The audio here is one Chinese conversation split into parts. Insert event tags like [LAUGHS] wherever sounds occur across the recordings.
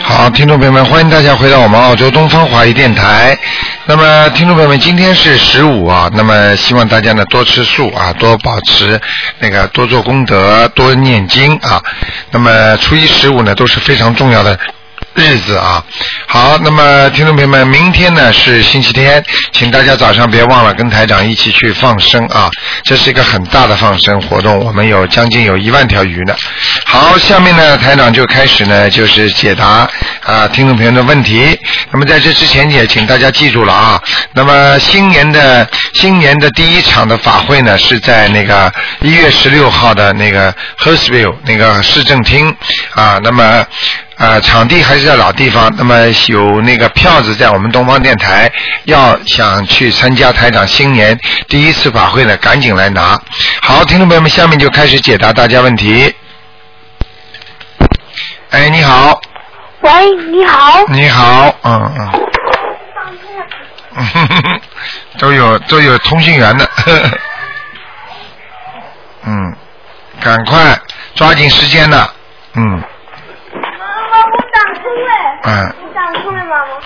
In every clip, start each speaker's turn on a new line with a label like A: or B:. A: 朋友们，欢迎大家回到我们澳洲东方华语电台。那么，听众朋友们，今天是十五啊，那么希望大家呢多吃素啊，多保持那个多做功德，多念经啊。那么初一十五呢都是非常重要的日子啊。好，那么听众朋友们，明天呢是星期天，请大家早上别忘了跟台长一起去放生啊，这是一个很大的放生活动，我们有将近有一万条鱼呢。好，下面呢台长就开始呢就是解答啊听众朋友的问题。那么在这之前也请大家记住了啊，那么新年的新年的第一场的法会呢是在那个一月十六号的那个 Hurstville 那个市政厅啊，那么。啊、场地还是在老地方。那么有那个票子在我们东方电台，要想去参加台长新年第一次法会呢，赶紧来拿。好，听众朋友们，下面就开始解答大家问题。哎，你好，
B: 喂，你好。
A: 你好，嗯嗯嗯 [LAUGHS] 哼哼哼，都有都有通讯员的， [LAUGHS] 呵呵嗯，赶快抓紧时间了，嗯
B: 妈妈，我长出来，
A: 嗯，
B: 我长出来，妈妈。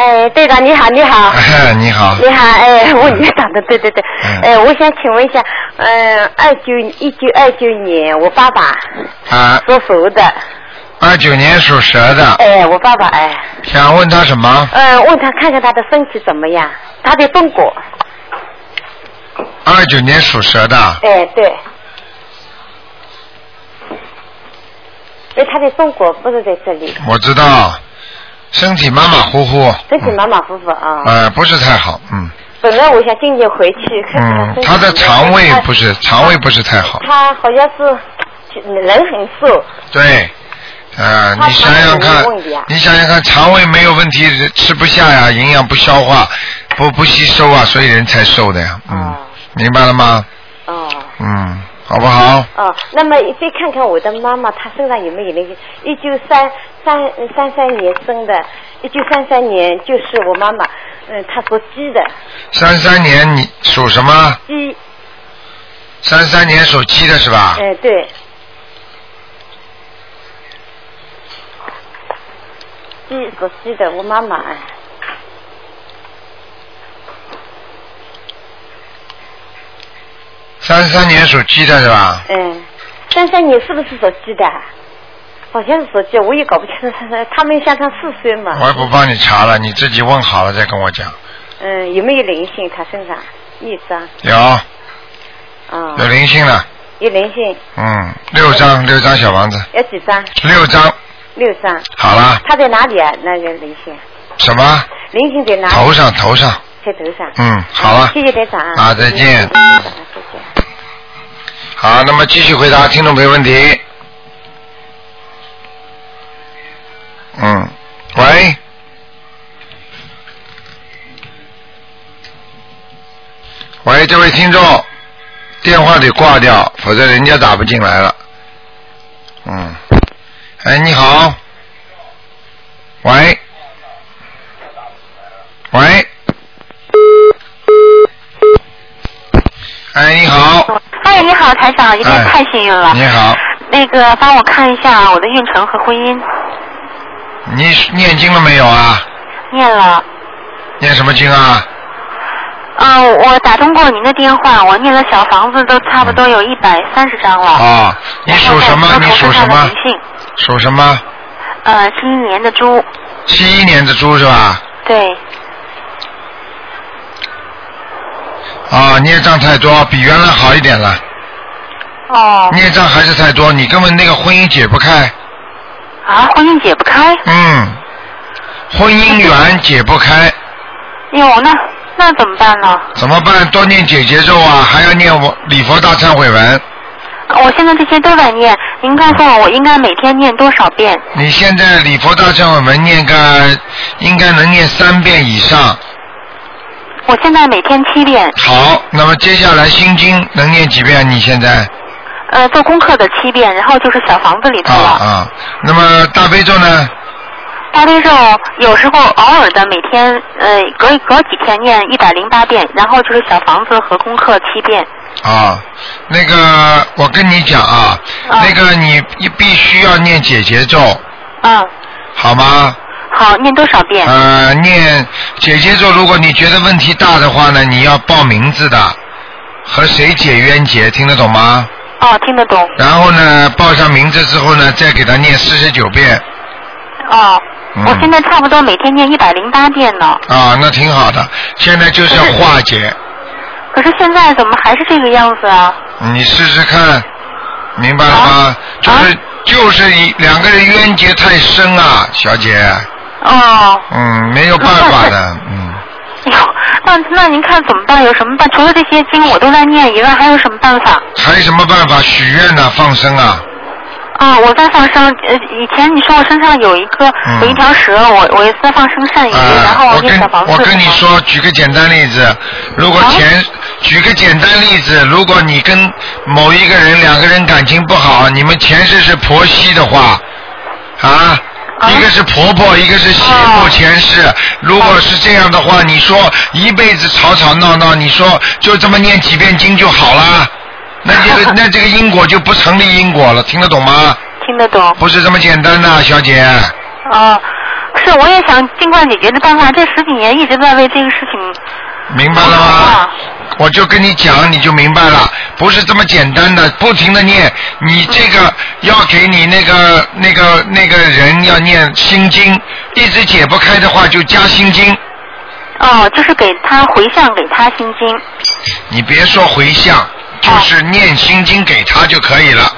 C: 哎，队长你好，你好，
A: [LAUGHS] 你好，
C: 你好，哎，我你打的，对对对
A: 嗯，
C: 哎，我想请问一下，嗯，二九一九二九年，我爸爸
A: 啊，
C: 属猴的，
A: 二九年属蛇的，
C: 哎，我爸爸哎，
A: 想问他什么？
C: 嗯，问他看看他的身体怎么样，他的动过，
A: 二九年属蛇的，
C: 哎，对。哎，他在中国，不是在这里，
A: 我知道，身体马马虎虎，
C: 身体马马虎虎啊。
A: 呃，不是太好，嗯
C: 本来我想今年回去看看
A: 嗯
C: 身，体
A: 他的
C: 怎么样
A: 肠胃
C: 他
A: 不是肠胃不是太好，
C: 他好像是人很瘦，
A: 对，呃，
C: 他
A: 你想想看
C: 肠胃有没有问题啊，
A: 你想想看，肠胃没有问题，人吃不下呀，营养不消化，不不吸收啊，所以人才瘦的呀，嗯，
C: 哦
A: 明白了吗？
C: 哦
A: 嗯，好不好？
C: 哦，那么再看看我的妈妈，她身上有没有那个一九三三三三年生的，一九三三年就是我妈妈，嗯，她属鸡的，
A: 三三年你属什么？
C: 鸡，
A: 三三年属鸡的是吧？
C: 哎、对，鸡属鸡的，我妈妈，哎
A: 三三年属鸡的是吧？
C: 嗯，三三年是不是属鸡的啊？好像是属鸡，我也搞不清楚，他们相差四岁嘛，
A: 我也不帮你查了，你自己问好了再跟我讲。
C: 嗯，有没有灵性？她身上一张，哦
A: 有
C: 啊、
A: 有灵性了，
C: 有灵性，
A: 嗯，六张六张小房子，
C: 有几张？
A: 六张
C: 六张。
A: 好了。
C: 他在哪里啊？那个林星，
A: 什么？
C: 林星在哪里？
A: 头上头上，
C: 在头上。
A: 嗯，好了。
C: 谢谢台长
A: 啊再见
C: 嗯再见。
A: 好，那么继续回答听众朋友问题。嗯，喂，喂，这位听众，电话得挂掉，否则人家打不进来了。嗯，哎，你好，喂，喂，哎，你好，
D: 哎，你好，台长，今天
A: 哎
D: 太幸运了。
A: 你好。
D: 那个，帮我看一下我的运程和婚姻，
A: 你念经了没有啊？
D: 念了。
A: 念什么经啊？
D: 嗯、我打通过您的电话，我念了小房子都差不多
A: 嗯
D: 有一百三十张了。
A: 哦，你属什么？
D: 然后
A: 你
D: 再
A: 属什
D: 看看
A: 么
D: 灵？性，
A: 属什么？
D: 呃，七一年的猪，
A: 七一年的猪是吧？
D: 对，
A: 啊、孽障太多，比原来好一点了。
D: 哦，
A: 孽障还是太多，你根本那个婚姻解不开。
D: 啊，婚姻解不开，
A: 嗯，婚姻缘解不开，
D: 哟，哎那那怎么办呢？
A: 怎么办？多念解结咒啊，还要念我礼佛大忏悔文。
D: 我现在这些都在念，您告诉我，我应该每天念多少遍？
A: 你现在礼佛大忏悔文念个，应该能念三遍以上。
D: 我现在每天七遍，
A: 好，那么接下来心经能念几遍？啊你现在？
D: 呃，做功课的七遍，然后就是小房子里头
A: 啊
D: 了。
A: 啊，那么大悲咒呢？
D: 大悲咒有时候偶尔的，每天呃隔隔几天念一百零八遍，然后就是小房子和功课七遍。
A: 啊，那个我跟你讲啊，
D: 啊
A: 那个你你必须要念解结咒，
D: 嗯，
A: 好吗？
D: 好，念多少遍？
A: 呃，念姐姐座，如果你觉得问题大的话呢，你要报名字的，和谁解冤结，听得懂吗？
D: 哦，听得懂。
A: 然后呢，报上名字之后呢，再给他念四十九遍
D: 哦，
A: 嗯
D: 我现在差不多每天念一百零八遍呢。
A: 啊，那挺好的。现在就是要化解，
D: 可是现在怎么还是这个样子啊？
A: 你试试看，明白了吗
D: 啊？
A: 就是
D: 啊
A: 就是一两个人冤结太深啊，小姐，
D: 哦，
A: 嗯，没有办法的，嗯。
D: 哎呦，那那您看怎么办？有什么办？除了这些经我都在念以外，还有什么办法？
A: 还有什么办法？许愿呐、放生啊，
D: 啊，我在放生。呃，以前你说我身上有一个、
A: 嗯
D: 有一条蛇，我我也在放生鳝鱼，然后
A: 啊！我
D: 念
A: 跟
D: 小房子
A: 我跟你
D: 是吗，
A: 说，举个简单例子，如果
D: 啊
A: 前、举个简单例子，如果你跟某一个人两个人感情不好，你们前世是婆媳的话，啊。
D: 啊
A: 一个是婆婆，一个是媳妇，
D: 哦
A: 前世。如果是这样的话，你说一辈子吵吵闹闹，你说就这么念几遍经就好啦，那这
D: [LAUGHS]
A: 个那这个因果就不成立因果了，听得懂吗？
D: 听得懂。
A: 不是这么简单的，小姐。
D: 哦，是，我也想尽快解决的办法。这十几年一直在为这个事情。
A: 明白了吗
D: 啊？
A: 我就跟你讲，你就明白了，不是这么简单的，不停的念，你这
D: 嗯
A: 个要给你那个那个那个人要念心经，一直解不开的话就加心经，
D: 哦，就是给他回向，给他心经。哦
A: 你别说回向，就是念心经给他就可以了。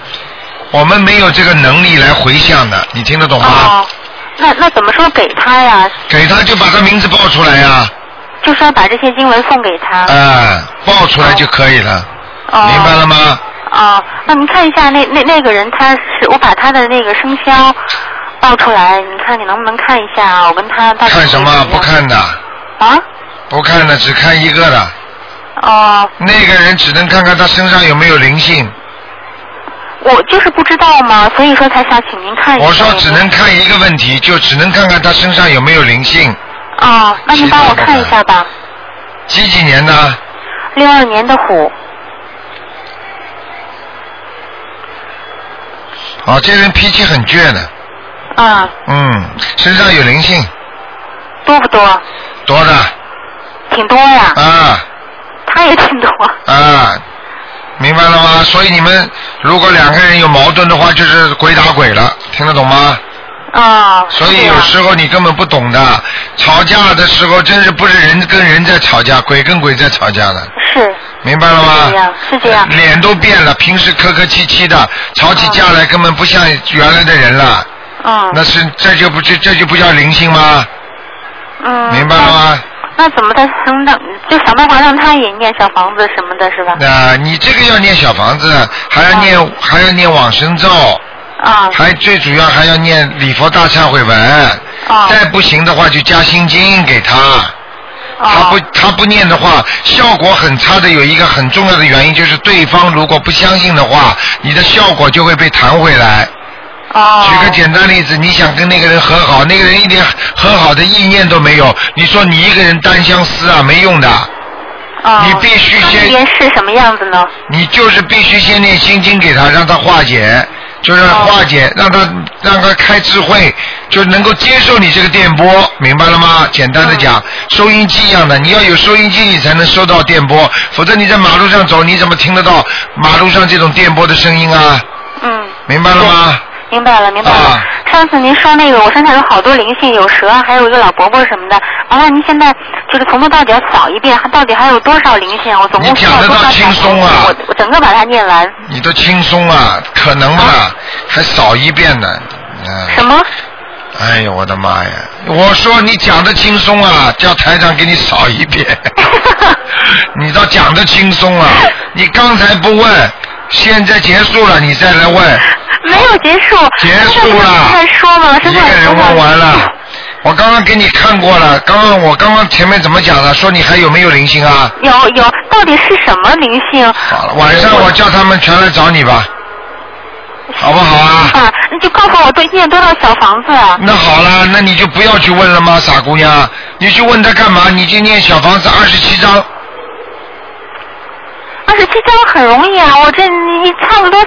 A: 我们没有这个能力来回向的，你听得懂吗？
D: 哦，那那怎么说给他呀？
A: 给他就把他名字报出来呀、
D: 就说把这些经文送给他。
A: 啊，报出来就可以了，
D: 哦、
A: 明白了吗？
D: 哦，那您看一下那那那个人，他是我把他的那个生肖报出来，你看你能不能看一下啊？我跟他到底
A: 看什么？
D: 是
A: 不
D: 样
A: 看的，
D: 啊？
A: 不看的，只看一个的。
D: 哦，
A: 那个人只能看看他身上有没有灵性。
D: 我就是不知道嘛，所以说才想请您看一下。
A: 我说只能看一个问题，就只能看看他身上有没有灵性。
D: 哦，那您帮我看一下吧。
A: 几几年的？
D: 六二年的虎，
A: 哦，这人脾气很倔的，
D: 啊、
A: 嗯，身上有灵性，
D: 多不多？
A: 多的
D: 挺多呀，
A: 啊
D: 他也挺多。
A: 啊，明白了吗？所以你们如果两个人有矛盾的话，就是鬼打鬼了，听得懂吗？
D: 啊、
A: 所以
D: 是
A: 有
D: 啊
A: 时候你根本不懂的，吵架的时候真是不是人跟人在吵架，鬼跟鬼在吵架的。
D: 是
A: 明白了吗？
D: 是这样是这样
A: 脸都变了，平时客客气气的，吵起架来根本不像原来的人了。
D: 嗯
A: 那是这就不这这就不叫灵性吗？
D: 嗯，
A: 明白了吗？
D: 那？那怎么的？能让就想办法让他也念小房子什么的，是吧？嗯
A: 那、你这个要念小房子，还要念、还要念往生咒，
D: 啊、
A: 还最主要还要念礼佛大忏悔文。
D: 啊
A: 再不行的话就加心经给他。
D: 哦
A: 他不他不念的话，效果很差的。有一个很重要的原因就是，对方如果不相信的话，你的效果就会被弹回来。
D: 哦，
A: 举个简单例子，你想跟那个人和好，那个人一点和好的意念都没有，你说你一个人单相思啊，没用的。
D: 哦、
A: 你必须
D: 他
A: 先
D: 那边是什么样子呢？
A: 你就是必须先念心经给他，让他化解，就是化解，让他让他开智慧，就能够接受你这个电波，明白了吗？简单的讲，收音机一样的，你要有收音机，你才能收到电波，否则你在马路上走，你怎么听得到马路上这种电波的声音啊？
D: 嗯，
A: 明白了吗？
D: 明白了，明白了。
A: 啊
D: 上次您说那个，我身上有好多灵性，有蛇，还有一个老伯伯什么的。完了，您现在就是从头到脚扫一遍，到底还有多少灵性？啊我总
A: 你
D: 共需
A: 讲
D: 要
A: 得
D: 多
A: 倒
D: 少
A: 轻
D: 小房
A: 松
D: 子
A: 啊
D: 我我整个把它念完。
A: 你都轻松啊，可能吗？还少一遍呢，嗯。
D: 什么？
A: 哎呦，我的妈呀！我说你讲的轻松啊，叫台长给你扫一
D: [LAUGHS]
A: 遍。你倒讲的轻松啊！你刚才不问，现在结束了，你再来问，
D: 没有结束。
A: 结束
D: 刚才
A: 了
D: 不是在说吗？
A: 一
D: 身上
A: 个
D: 有
A: 人
D: 多少
A: 问完
D: 灵
A: 了
D: 性。
A: 我刚刚给你看过了，刚刚我刚刚前面怎么讲的？说你还有没有灵性啊？
D: 有有，到底是什么灵性？
A: 好了，晚上我叫他们全来找你吧，好不好啊？
D: 啊，你就告诉我多念多少小房子啊？
A: 那好了，那你就不要去问了吗，傻姑娘？你去问他干嘛？你就念小房子二十七章。
E: [LAUGHS]
D: 二十七张很容易啊，我这一差不多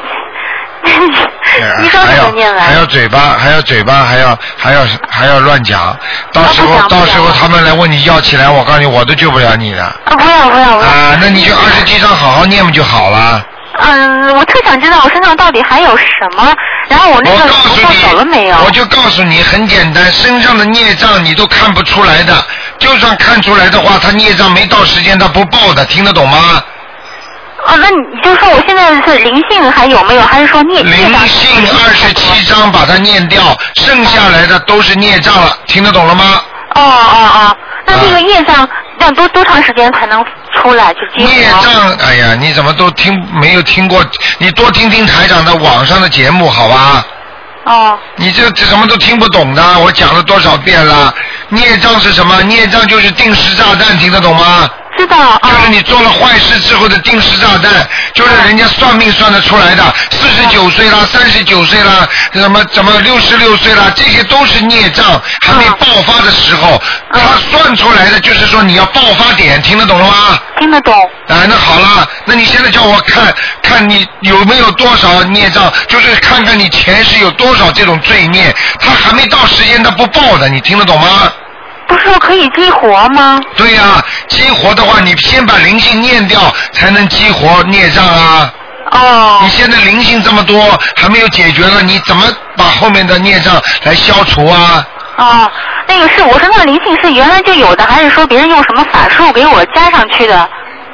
A: [LAUGHS]
D: 医生
A: 还
D: 怎么
A: 要
D: 念
A: 还
D: 完？
A: 要嘴巴，还要嘴巴，还要还要还要乱讲，到时候
D: 啊不讲
A: 到时候
D: 不讲
A: 他们来问你要起来，我告诉你，我都救不了你的
D: 啊，不要不要不要。
A: 啊！那你就二十七章好好念不就好了？
D: 嗯，我特想知道我身上到底还有什么，然后我那
A: 我
D: 个
A: 告
D: 头发走
A: 诉
D: 了没
A: 你
D: 有？，
A: 我就告诉你，很简单，身上的孽障你都看不出来的，就算看出来的话，他孽障没到时间他不报的，听得懂吗？
D: 啊，那你就说我现在是灵性还有没有？还是说哦孽孽
A: 灵
D: 障？
A: 性二十七章把它念掉，剩下来的都是孽障了，听得懂了吗？
D: 哦哦哦，那这
A: 啊
D: 个业障要多多长时间才能出来？就啊激
A: 孽
D: 活？
A: 障，哎呀，你怎么都听没有听过？你多听听台长的网上的节目，好吧？
D: 哦
A: 你这这什么都听不懂的，我讲了多少遍了？孽障是什么？孽障就是定时炸弹，听得懂吗？
D: 知道啊。
A: 就是你做了坏事之后的定时炸弹，就是人家算命算得出来的，四十九岁啦，三十九岁啦，什么怎么六十六岁啦，这些都是孽障，还没
D: 嗯
A: 爆发的时候，
D: 嗯
A: 他算出来的就是说你要爆发点，听得懂了吗？
D: 听得懂。
A: 啊，那好了，那你现在叫我看看你有没有多少孽障，就是看看你前世有多少这种罪孽，他还没到时间他不报的，你听得懂吗？
D: 不是说可以激活吗？
A: 对呀、激活的话，你先把灵性念掉，才能激活孽障啊。
D: 哦
A: 你现在灵性这么多，还没有解决了，你怎么把后面的孽障来消除啊？
D: 哦，那个是我身上的灵性是原来就有的，还是说别人用什么法术给我加上去的？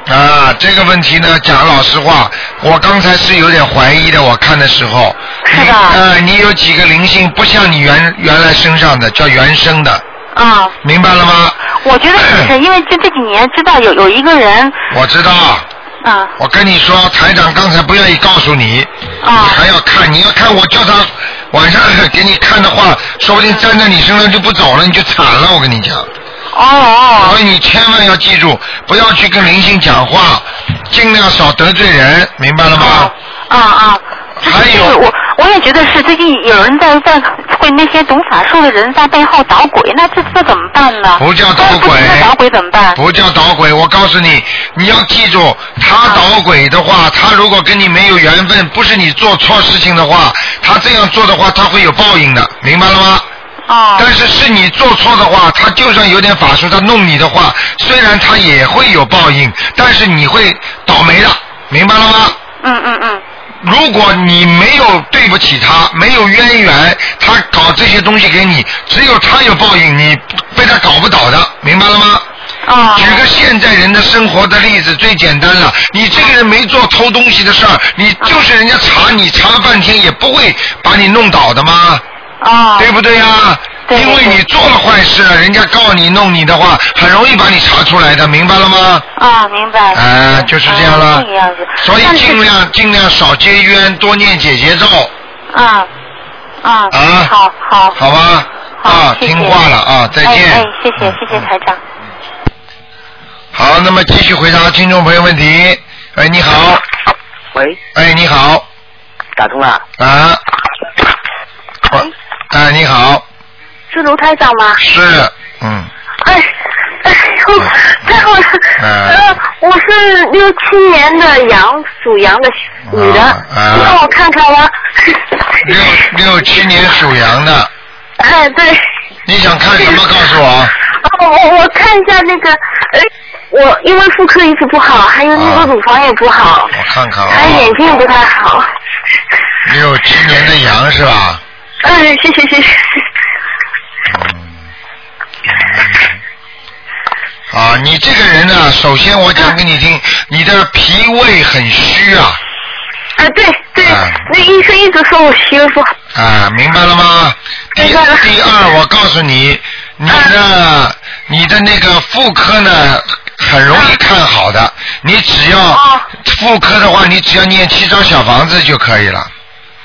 A: 啊，这个问题呢，讲老实话，我刚才是有点怀疑的。我看的时候，
D: 是
A: 你
D: 吧
A: 呃，你有几个灵性不像你原原来身上的，叫原生的，
D: 啊、
A: 明白了吗？
D: 我觉得
A: [CLEARS THROAT]
D: 也是，因为这这几年知道有有一个人
A: [LAUGHS] 我知道，
D: 啊
A: 我跟你说，台长刚才不愿意告诉你，你
D: 啊
A: 还要看，你要看我叫他晚上给你看的话，说不定粘在你身上就不走了，你就惨了。我跟你讲，
D: 哦哦
A: 所以你千万要记住，不要去跟灵性讲话，尽量少得罪人，明白了吗
D: 哦？啊啊！
A: 还有
D: 就是我我也觉得是最近有人在在会那些懂法术的人在背后捣鬼，那这这怎么办呢？
A: 不叫捣
D: 啊那不
A: 鬼
D: 停地捣鬼怎么办？
A: 不叫捣鬼，我告诉你，你要记住，他捣鬼的话，他如果跟你没有缘分，不是你做错事情的话，他这样做的话，他会有报应的，明白了吗？
D: 哦
A: 但是是你做错的话，他就算有点法术，他弄你的话，虽然他也会有报应，但是你会倒霉的，明白了吗？
D: 嗯嗯嗯
A: 如果你没有对不起他，没有渊源，他搞这些东西给你，只有他有报应，你被他搞不倒的，明白了吗？
D: 哦
A: 举个现在人的生活的例子最简单了，你这个人没做偷东西的事儿，你就是人家查你查了半天也不会把你弄倒的吗？
D: 哦
A: 对不对呀、
D: 对对
A: 因为你做了坏事，人家告你弄你的话，很容易把你查出来的，明白了吗？
D: 啊，明白。
A: 啊，就是这样了。
D: 啊这个样子。
A: 所以
D: 但是
A: 尽量尽量少结冤，多念姐姐咒，
D: 啊啊
A: 啊
D: 好好
A: 好吧？
D: 好
A: 啊，
D: 谢谢
A: 听话了啊，再见。嗯
D: 哎哎，谢谢谢谢台长。
A: 好，那么继续回答听众朋友问题。喂，你好。
F: 喂，
A: 哎，你好。
F: 打通了，
A: 啊。喂。哎，你好。
B: 是卢台长
D: [LAUGHS]
B: 吗？
A: 是。嗯。
B: 哎，哎呦，太好了！
A: 哎啊
B: 呃，我是六七年的羊，属羊的女的，
A: 啊
B: 你帮我看看吧。
A: 六六七年属羊的，
B: 哎，对，
A: 你想看什么？告诉我。
B: 哦，我我看一下那个，哎，我因为妇科一直不好，还有那
A: 啊
B: 个乳房也不好，
A: 我看看啊
B: 还，有眼睛也不太好。
A: 六七年的羊是吧？
B: 哎，谢谢谢谢。
A: 啊，你这个人呢、首先我讲给你听，你的脾胃很虚啊，
B: 哎，对对
A: 啊，
B: 那医生一直说我媳妇不好。
A: 啊，明白了吗？第
B: 明白了
A: 第二，我告诉你，你的你的那个妇科呢，很容易看好的，你只要
B: 哦
A: 妇科的话，你只要念七张小房子就可以了。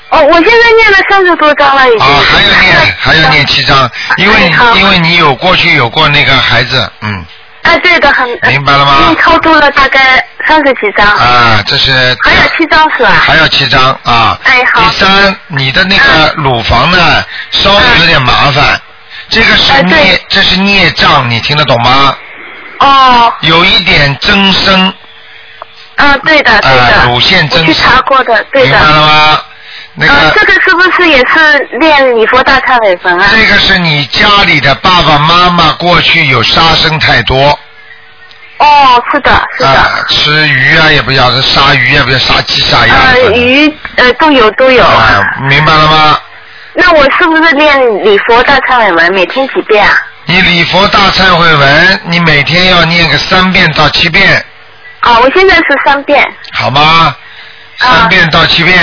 B: 哦，我现在念了三十多章了，已经。
A: 啊，还要念，还要念。七
B: 啊
A: 张，因为
B: 好
A: 因为你有过去有过那个孩子，嗯，
B: 哎，对的，很。
A: 明白了吗
B: 已经？超度了大概三十几张，
A: 啊，这是
B: 还有七张是吧？
A: 还要七张啊。
B: 哎好啊
A: 第三，你的那个乳房呢，稍微有点麻烦，这个是
B: 哎对
A: 孽，这是孽障，你听得懂吗？
B: 哦，
A: 有一点增生，
B: 啊，对的，对
A: 呃，
B: 的。
A: 乳腺增生。
B: 我去查过的，对
A: 明白
B: 的。
A: 了吗？那个、
B: 呃这个是不是也是练礼佛大忏悔文啊？
A: 这个是你家里的爸爸妈妈过去有杀生太多啊、
B: 哦，是的，是的。
A: 吃鱼啊也不要，杀鱼也不要，杀鸡杀鸭也
B: 呃，
A: 不要
B: 鱼呃都有都有。
A: 啊、嗯明白了吗？
B: 那我是不是练礼佛大忏悔文每天几遍啊？
A: 你礼佛大忏悔文，你每天要念个三遍到七遍，
B: 啊，我现在是三遍。
A: 好吗？三遍到七遍。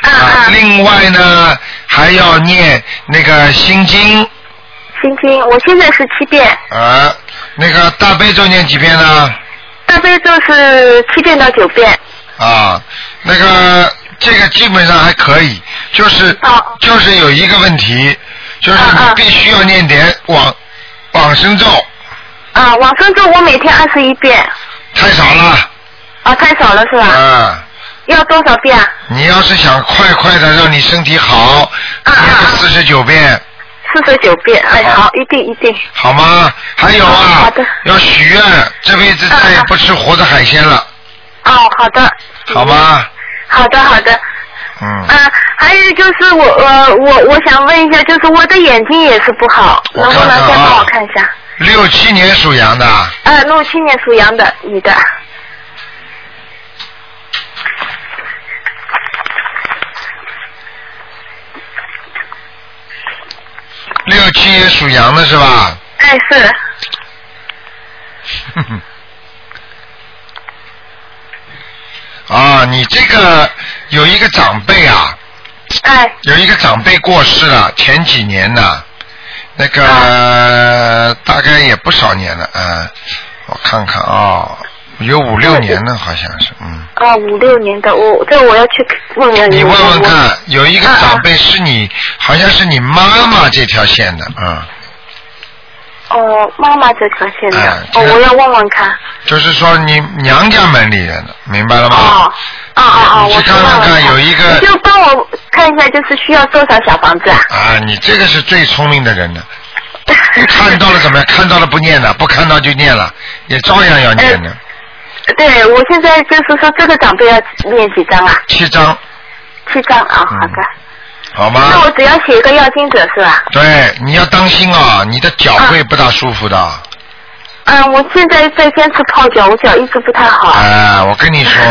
B: 啊
A: 啊，另外呢，还要念那个心经
B: 心经，我现在是七遍，
A: 啊，那个大悲咒念几遍呢？
B: 大悲咒是七遍到九遍。
A: 啊，那个这个基本上还可以，就是、
B: 哦
A: 就是有一个问题，就是你必须要念点往往生咒，
B: 啊，往生咒我每天二十一遍。
A: 太少了
B: 啊，太少了是吧？
A: 啊。
B: 要多少遍啊？
A: 你要是想快快的让你身体好，念个四十九遍，
B: 四十九遍。哎，好，一定一定。
A: 好吗？还有啊，要许愿，这辈子再也不吃活的海鲜了，
B: 哦，好的，
A: 好吗？
B: 好的，好的。
A: 嗯。
B: 啊，还有就是我呃我我想问一下，就是我的眼睛也是不好，
A: 我
B: 能不
A: 看看
B: 能再
A: 啊
B: 帮我看一下？
A: 六七年属羊的，
B: 呃，六七年属羊的女的。
A: 六七年属羊的是吧？
B: 哎，是。
A: [LAUGHS] 啊，你这个有一个长辈啊，
B: 哎，
A: 有一个长辈过世了，前几年呢，那个、
B: 啊
A: 大概也不少年了，嗯，我看看啊、有五六年了，好像是，嗯，
B: 啊，五六年的，我这我要去问问
A: 你
B: 我
A: 问问
B: 哎我啊
A: 看，有一个长辈是你，好像是你妈妈这条线的，嗯，
B: 哦，妈妈这条线的，
A: 哎
B: 哦
A: 这，个
B: 我要问问看。
A: 就是说你娘家门里人的，明白了吗？
B: 哦，哦哦哦，
A: 你
B: 我
A: 去看看看有一个
B: 你就帮我看一下，就是需要多少小房子啊？
A: 啊，你这个是最聪明的人了。看到了怎么样？看到了不念了，不看到就念了，也照样要念
B: 嗯
A: 的。
B: 对，我现在就是说这个长辈要念几张啊？
A: 七张，
B: 七张
A: 嗯
B: 啊、好的。
A: 好
B: 那我
A: 吗？
B: 只要写一个要经者是吧？
A: 对，你要当心啊，你的脚会不大舒服的。
B: 啊嗯，我现在在坚持泡脚，我脚一直不太好。
A: 哎，我跟你说，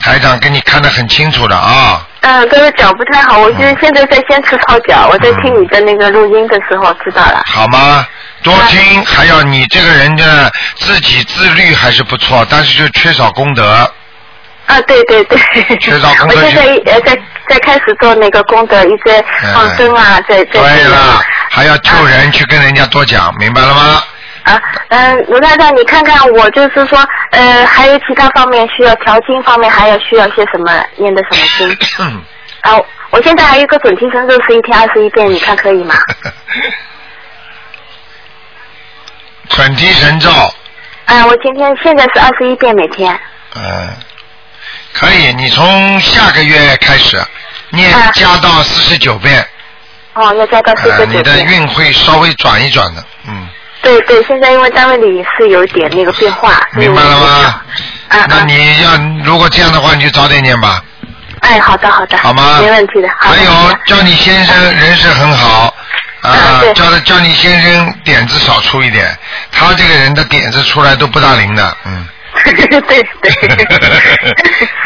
A: 台长给你看得很清楚的啊。
B: 嗯，这个脚不太好，我
A: 嗯
B: 就是现在在坚持泡脚。我在听你的那个录音的时候知道了。
A: 好吗？多
B: 啊
A: 听，还有你这个人的自己自律还是不错，但是就缺少功德。
B: 啊，对对对，
A: 缺少功
B: 我
A: 德
B: 现在呃在在开始做那个功德，一直放生啊，在在
A: 嗯对了， [LAUGHS] 还要救人，去跟人家多讲，明白了吗？
B: 啊，嗯，卢太太，你看看我就是说，呃，还有其他方面需要调经方面，还有需要些什么念的什么
A: [COUGHS]
B: 经？啊，我现在还有一个准提神咒是一天二十一遍，你看可以
A: [LAUGHS]
B: 吗？
A: 准提神咒，
D: 哎
B: 嗯，我今天现在是二十一遍每天。
A: 嗯，可以，你从下个月开始念加到四十九遍，
B: 哦，要加到四
A: 呃，
B: 十
A: 你
B: 九
A: 的
B: 遍。
A: 运会稍微转一转的，嗯，
B: 对对，现在因为单位里是有一点那个变化。
A: 明白了
B: 嗯
A: 吗？
B: 啊
A: 那你要如果这样的话，你就早点念吧。
B: 哎，好的好的。 [LAUGHS]
A: 好吗
B: 没问题的。好的嗯
A: 还有，叫你先生人是很好，啊，
B: 对
A: 叫他叫你先生点子少出一点，他这个人的点子出来都不大灵的，嗯，
B: 对 [LAUGHS] 对。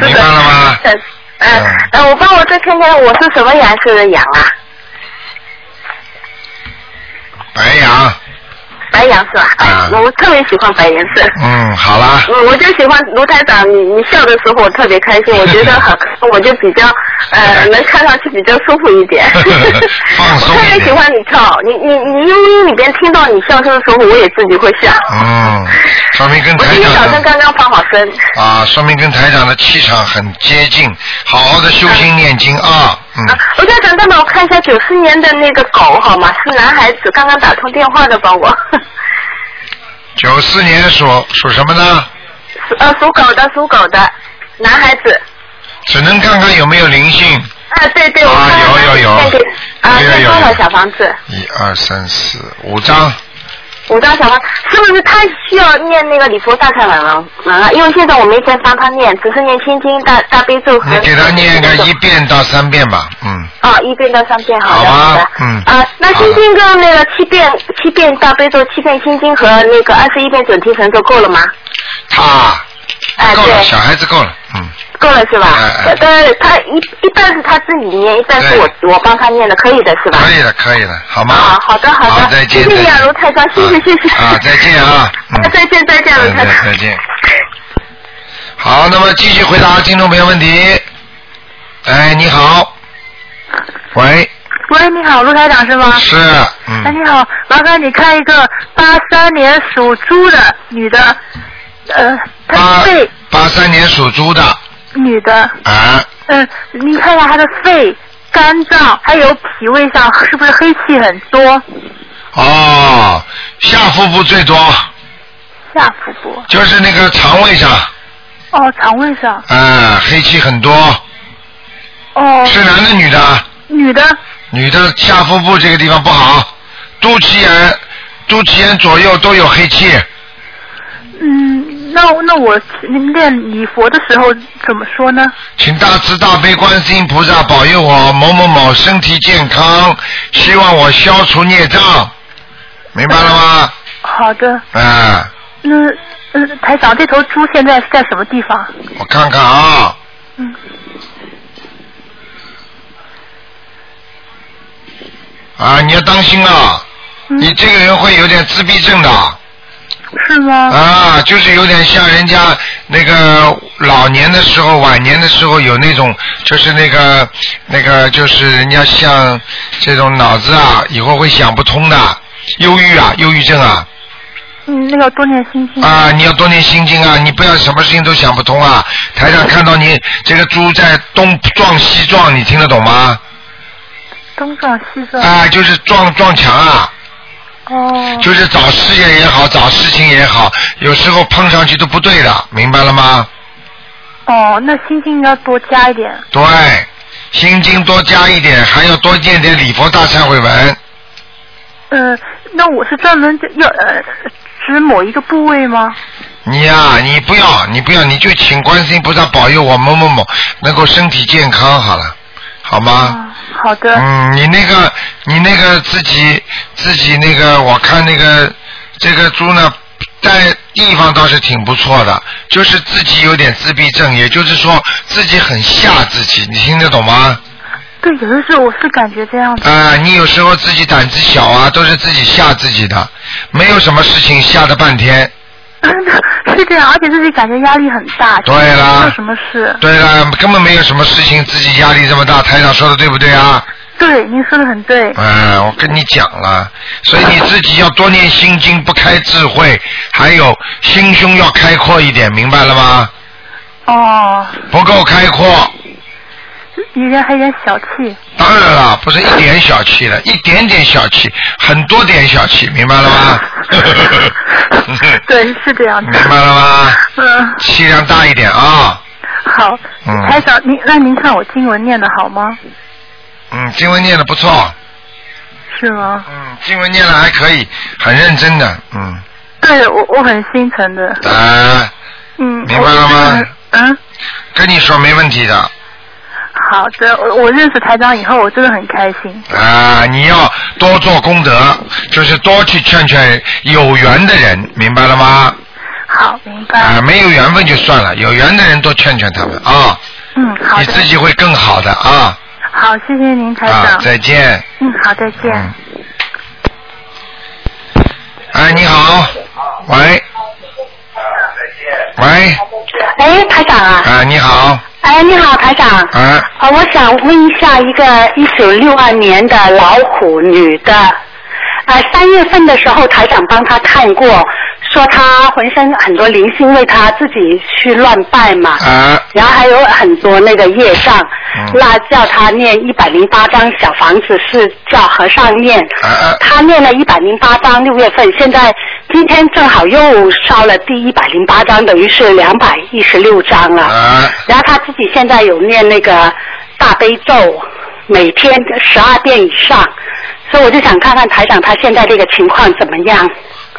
A: 明白了吗？
B: 嗯嗯，呃我帮我再看看我是什么颜色的羊啊？
A: 白羊，
B: 白羊是吧？
A: 啊
B: 哎，我特别喜欢白颜色。
A: 嗯， [LAUGHS] 好啦， [LAUGHS]
B: 嗯，我就喜欢卢台长，你你笑的时候我特别开心，我觉得很，我就比较呃能看上去比较舒服一点。
A: [LAUGHS] 放
B: 我
A: 松
B: 特
A: 一
B: 别喜
A: 点，
B: 欢你跳，你你你音里边听到你笑声的时候，我也自己会笑。 [LAUGHS]
A: 嗯，说明跟
B: 我
A: 台
B: 今天早
A: 长
B: 上
A: 的
B: 刚刚放好声。
G: [LAUGHS]
A: 啊，说明跟台长的气场很接近，好好的修心念经啊，嗯，
B: 我在等，再帮我看一下九四年的那个狗好吗？是男孩子，刚刚打通电话的，
G: [LAUGHS]
B: 帮我。
A: 九四年属属什么呢？
B: 属呃属狗的，属狗的男孩子。
A: 只能看看有没有灵性，
B: 啊，对对，我
A: 啊
B: 看
A: 有有有
B: 看那个啊，
A: 有有
B: 在
A: 有
B: 多少小房子？
A: 一二三四五张，
G: 五张小房，是不是他需要念那个礼佛大忏悔文文啊？因为现在我没钱帮他念，只是念心经、大大悲咒和。
A: 你给他念个一。遍到三遍吧，嗯，
G: 啊、一遍到三遍，好的，
A: 好吧
G: 的。
A: 嗯
G: 啊，那心经跟那个七遍、七遍大悲咒、七遍心经和那个二十一遍准提神咒够了吗？
A: 他
G: 哎，
A: 嗯够了，
G: 对，
A: 小孩子够了，嗯，
G: 够了是吧
A: 哎哎？
G: 但是他一一半是他自己念，一半是我我帮他念的，可以的是吧？
A: 可以了，可以了，好吗？
G: 啊，好的好的，
A: 再见，
G: 谢谢
A: 再
G: 你
A: 见
G: 啊，卢台长，谢谢谢谢。
A: 啊，再见
D: [LAUGHS]
A: 啊，嗯
G: 啊，再见再见，卢
A: 再
G: 台
A: 见，
G: 长
A: 再。见。好，那么继续回答听众朋友问题。哎，你好，喂，
D: 喂，哎你好，卢台长是吗？
A: 是，
D: 哎，
A: 嗯，
D: 你好，麻烦你看一个八三年属猪的女的，呃，她
A: 八
D: 肺
A: 八三年属猪的
D: 女的，
A: 啊，
D: 嗯、你看一下她的肺、肝脏还有脾胃上是不是黑气很多？
A: 哦，下腹部最多，
D: 下腹部，
A: 就是那个肠胃上，
D: 哦，肠胃上，
A: 啊，黑气很多，
D: 哦，
A: 是男的女的？
D: 女的，
A: 女的下腹部这个地方不好，肚脐眼、肚脐眼左右都有黑气，
D: 嗯，那那我念礼佛的时候怎么说呢？
A: 请大慈大悲观世音菩萨保佑我某某某身体健康，希望我消除孽障，明白了吗？
D: 好的，
A: 啊，
D: 那呃，台长，这头猪现在是在什么地方？
A: 我看看啊，
D: 嗯，
A: 啊，你要当心啊，
D: 嗯
A: 你这个人会有点自闭症的。
D: 是吗？
A: 啊，就是有点像人家那个老年的时候、晚年的时候有那种，就是那个那个，就是人家像这种脑子啊，以后会想不通的，忧郁啊，忧郁症啊，
D: 嗯，那个多念心经。
A: 啊，你要多念心经啊，你不要什么事情都想不通啊。台上看到你这个猪在东撞西撞，你听得懂吗？
D: 东撞西撞。
A: 啊，就是撞撞墙啊，
D: 哦。
A: 就是找事业也好，找事情也好，有时候碰上去都不对的，明白了吗？
D: 哦，那心经要多加一点。
A: 对，心经多加一点，还要多念点礼佛大忏悔文。
D: 呃，那我是专门要呃指某一个部位吗？
A: 你呀、你不要，你不要，你就请观世音菩萨保佑我某某某能够身体健康好了，好吗？
D: 啊，好的。
A: 嗯，你那个，你那个自己自己那个，我看那个这个猪呢，在地方倒是挺不错的，就是自己有点自闭症，也就是说自己很吓自己，你听得懂吗？
D: 对，有的时候我是感觉这样的。 [LAUGHS]
A: 啊、你有时候自己胆子小啊，都是自己吓自己的，没有什么事情吓得半天。
D: 是这样，而且自己感觉压力很大。
A: 对
D: 没
A: 啦
D: 有什么事。
A: 对了，根本没有什么事情，自己压力这么大，台长说的对不对啊？
D: 对，您说的很对。
A: 哎、我跟你讲了，所以你自己要多念心经，不开智慧，还有心胸要开阔一点，明白了吗？
D: 哦，
A: 不够开阔，
D: 有点还有点小气。
A: 当然了，不是一点小气了，一点点小气，很多点小气，明白了
D: [LAUGHS]
A: 吗？ [LAUGHS]
D: 对，是这样
A: 明
D: 的。
A: 白了吗？
D: 嗯，
A: 气量大一点啊。
D: 好，哎
A: 嗯
D: 台长，您那您看我经文念的好吗？
A: 嗯，经文念的不错，
D: 是吗？
A: 嗯，经文念的还可以，很认真的，嗯，
D: 对，我我很心疼的。
A: 啊，
D: 嗯，
A: 明白了吗
D: 我？嗯，
A: 跟你说没问题的，
D: 好的，我我认识台长以后，我真的很开心。
A: 啊，你要多做功德，就是多去劝劝有缘的人，明白了吗？
D: 好，明白。
A: 啊，没有缘分就算了，有缘的人多劝劝他们啊，
D: 嗯，好
A: 你
D: 的
A: 自，己会更好的啊，
D: 好，谢谢您，台
A: 啊，
D: 长。
A: 再见，
D: 嗯，好，再见。
A: 嗯。哎，你好，喂，喂，
G: 哎，台长啊，
A: 啊，你好，
G: 哎，你好，台长。
A: 啊。
G: 啊，我想问一下，一个一九六二年的老虎女的，啊，三月份的时候台长帮她看过，说她浑身很多灵性，因为她自己去乱拜嘛，
A: 啊，
G: 然后还有很多那个业障，
A: 嗯
G: 那叫她念一百零八张小房子，是叫和尚念，
A: 啊啊
G: 她念了一百零八张，六月份，现在今天正好又烧了第一百零八张，等于是两百一十六张了。
A: 啊
G: 然后他自己现在有念那个大悲咒，每天十二遍以上，所以我就想看看台长他现在这个情况怎么样。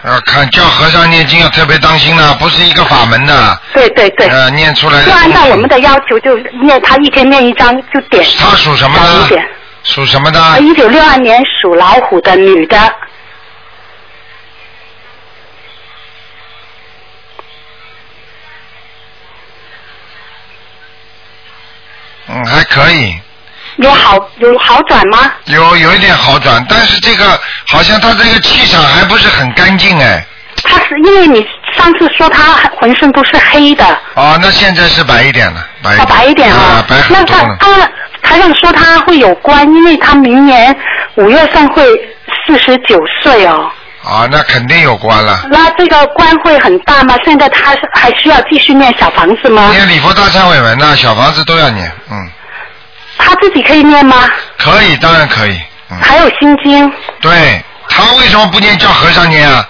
A: 啊，看叫和尚念经要特别当心了，不是一个法门的。
G: 对对对，
A: 呃，念出来的
G: 就按照我们
A: 的。
G: 的要求，就念他一天念一张，就点
A: 他属什么
G: 小一
A: 的
G: 点。？
A: 属什么的？
G: 啊一九六二年属老虎的女的，
A: 嗯，还可以，
G: 有好有好转吗？
A: 有有一点好转，但是这个好像他这个气场还不是很干净哎。
G: 她是因为你上次说她浑身都是黑的，
A: 哦，那现在是白一点了，白一
G: 要
A: 点。
G: 白一点
A: 啊
G: 啊，。
A: 白
G: 那
A: 很多
G: 她
A: 了。
G: 她台上说她会有关，因为她明年五月份会四十九岁哦。
A: 啊，那肯定有关了。
G: 那这个关会很大吗？现在她是还需要继续念小房子吗？
A: 念礼佛大忏悔文呢，小房子都要念，嗯，
G: 她自己可以念吗？
A: 可以，当然可以，嗯，
G: 还有心经，
A: 对他为什么不念叫和尚念啊？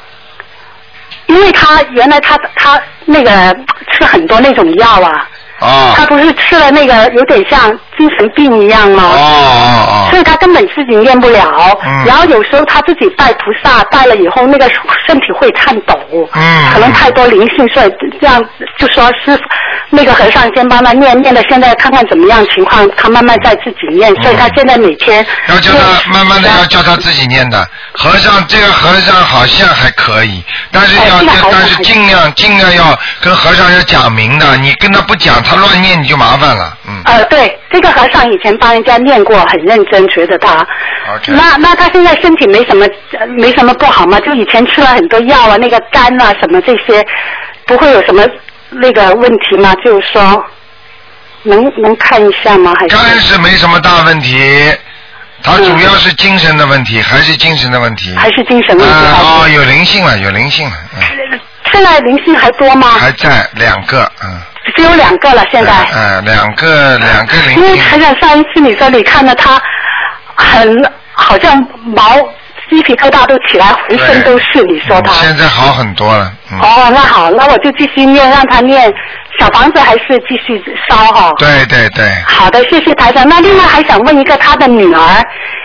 G: 因为她原来她她那个吃很多那种药啊。
A: 哦
G: 他不是吃了那个有点像精神病一样
A: 哦
G: 吗？
A: 哦
G: 所以他根本自己念不了，
A: 嗯
G: 然后有时候他自己拜菩萨，拜了以后那个身体会颤抖，
A: 嗯
G: 可能太多灵性，所以这样就说师傅那个和尚先帮他念，念了现在看看怎么样情况，他慢慢再自己念，所以他现在每天
A: 哦，嗯要叫
G: 念
A: 他慢慢的要叫他自己念的。和尚这个和尚好像还可以，但是要、
G: 哎那好
A: 但是
G: 那好
A: 尽量尽量要跟和尚要讲明的，你跟他不讲，他乱念你就麻烦了，嗯。
G: 呃，对，这个和尚以前帮人家念过，很认真，觉得他。
A: OK
G: 那那他现在身体没什么呃没什么不好吗？就以前吃了很多药啊，那个肝啊什么这些，不会有什么那个问题吗？就是说，能能看一下吗？还是？
A: 肝是没什么大问题，他主要是精神的问题，还是精神的问题。
G: 嗯还是精神问题
A: 啊、
G: 还是
A: 哦，有灵性了，有灵性了，嗯，
G: 现在灵性还多吗？
A: 还在两个，嗯，
G: 只有两个了，现在。
A: 嗯、嗯两个两个灵
G: 因为台
A: 性，
G: 长上一次你说你看到他很好像毛鸡皮疙瘩都起来，浑身都是，你说他。
A: 嗯现在好很多了，嗯，
G: 哦，那好，那我就继续念，让他念小房子，还是继续烧哈、
A: 对对对，
G: 好的，谢谢台长。那另外还想问一个，他的女儿，